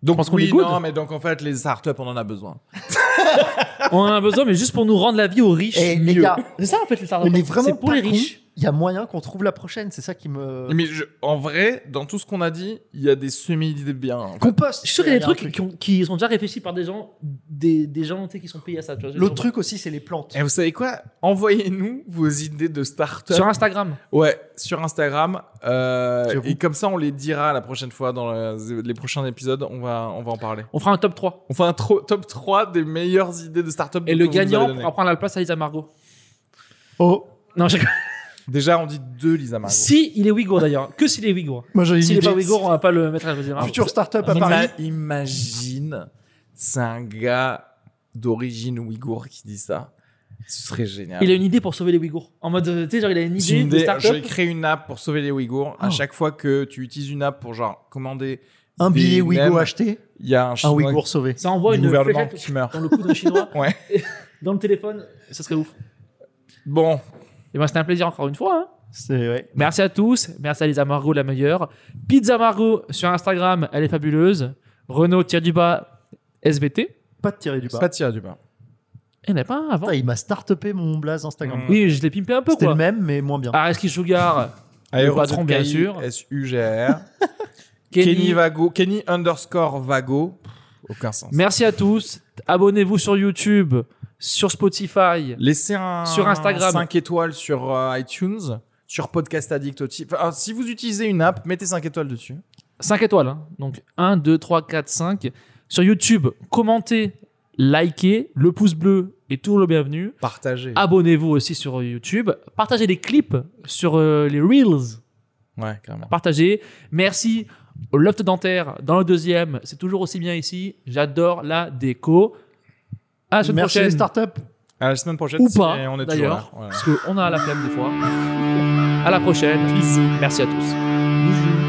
S1: Donc
S2: pense qu'on est
S1: oui,
S2: good.
S1: non, mais donc en fait les startups on en a besoin.
S2: On en a besoin, mais juste pour nous rendre la vie aux riches.
S3: Eh, les
S2: mieux.
S3: gars,
S2: c'est ça, en fait, les startups.
S3: On est vraiment
S2: C'est pour les riches.
S3: Il y a moyen qu'on trouve la prochaine. C'est ça qui me.
S1: Mais je- en vrai, dans tout ce qu'on a dit, il y a des semi-idées bien. en fait.
S3: Compost.
S2: Je suis sûr qu'il y a des
S3: un
S2: truc, Qui, ont- qui sont déjà réfléchis par des gens, des, des gens tu sais, qui sont payés à ça. tu vois,
S3: L'autre
S2: genre-
S3: truc aussi, c'est les plantes.
S1: Et vous savez quoi Envoyez-nous vos idées de start-up.
S2: Sur Instagram.
S1: Ouais, sur Instagram. euh,
S3: J'avoue.
S1: et comme ça, on les dira la prochaine fois dans le- les prochains épisodes. On va, on va en parler.
S2: On fera un top 3.
S1: On fait un tro- top 3 des meilleures idées de start-up.
S2: Et
S1: que
S2: le
S1: vous nous avez
S2: gagnant
S1: données.
S2: pourra prendre la place à Lisa Margot.
S3: Oh,
S2: Non, je...
S1: Déjà, on dit deux, Lisa Margot.
S2: si il est Ouïghour d'ailleurs, que s'il est Ouïghour.
S3: moi j'ai
S2: S'il
S3: une
S2: n'est pas
S3: idée.
S2: Ouïghour, on va pas le mettre à Lisa Margot.
S3: Future start-up à
S1: Ima-
S3: Paris.
S1: imagine, c'est un gars d'origine ouïghour qui dit ça. Ce serait génial.
S2: Il a une idée pour sauver les Ouïghours. En mode, euh, tu sais, genre, il a une
S1: C'est
S2: idée
S1: une
S2: de
S1: idée. Je vais
S2: start-up.
S1: créer une app pour sauver les Ouïghours. À
S3: Oh.
S1: chaque fois que tu utilises une app pour genre commander,
S3: Un
S1: Des
S3: billet
S1: nems.
S3: Ouïghour acheté,
S1: il y a un
S3: un
S1: chinois
S3: Ouïghour sauvé.
S2: Ça envoie
S1: du
S2: une
S1: gouvernement
S2: fléchette
S1: qui meurt.
S2: dans le cou d'un chinois.
S1: Ouais.
S2: Et dans le téléphone, ça serait ouf.
S1: Bon,
S2: Et ben, c'était un plaisir encore une fois. hein.
S3: C'est ouais.
S2: Merci à tous. Merci à Lisa Margot, la meilleure. Pizza Margot sur Instagram, elle est fabuleuse. Renault tire du bas SVT. Et
S3: Pas de tirer du
S1: c'est
S3: bas.
S1: pas tiré du pain.
S2: il n'y en a Eh, pas un avant.
S3: Putain, il m'a start-upé mon blaze Instagram.
S1: Mm.
S2: Oui, je l'ai pimpé Mmh. un peu
S3: C'était le
S2: quoi.
S3: même, mais moins bien.
S2: Areski Sugar, Le patron, bien sûr.
S1: S-U-G-R.
S2: Kenny.
S1: Kenny Vago. Kenny underscore Vago. Pff, Aucun sens.
S2: Merci à tous. Abonnez-vous sur YouTube, sur Spotify.
S1: Laissez un
S2: Sur Instagram.
S1: 5 étoiles sur euh, iTunes, sur Podcast Addict aussi. Enfin, alors, si vous utilisez une app, mettez 5 étoiles dessus.
S2: 5 étoiles. hein. Donc 1, 2, 3, 4, 5. Sur YouTube, commentez, likez, le pouce bleu est toujours le bienvenu.
S1: Partagez.
S2: Ah. Abonnez-vous aussi sur YouTube. Partagez les clips sur euh, les Reels.
S1: Ouais, carrément.
S2: Partagez. Merci au Loft Dentaire dans le deuxième. C'est toujours aussi bien ici. J'adore la déco. À la semaine
S3: Merci les
S2: prochaine.
S3: start-up.
S1: À la semaine prochaine.
S2: Ou
S1: si-
S2: pas,
S1: et on est toujours là.
S2: d'ailleurs.
S1: Voilà.
S2: Parce qu'on a la flemme des fois. À la prochaine. Merci à tous.
S3: Bisous.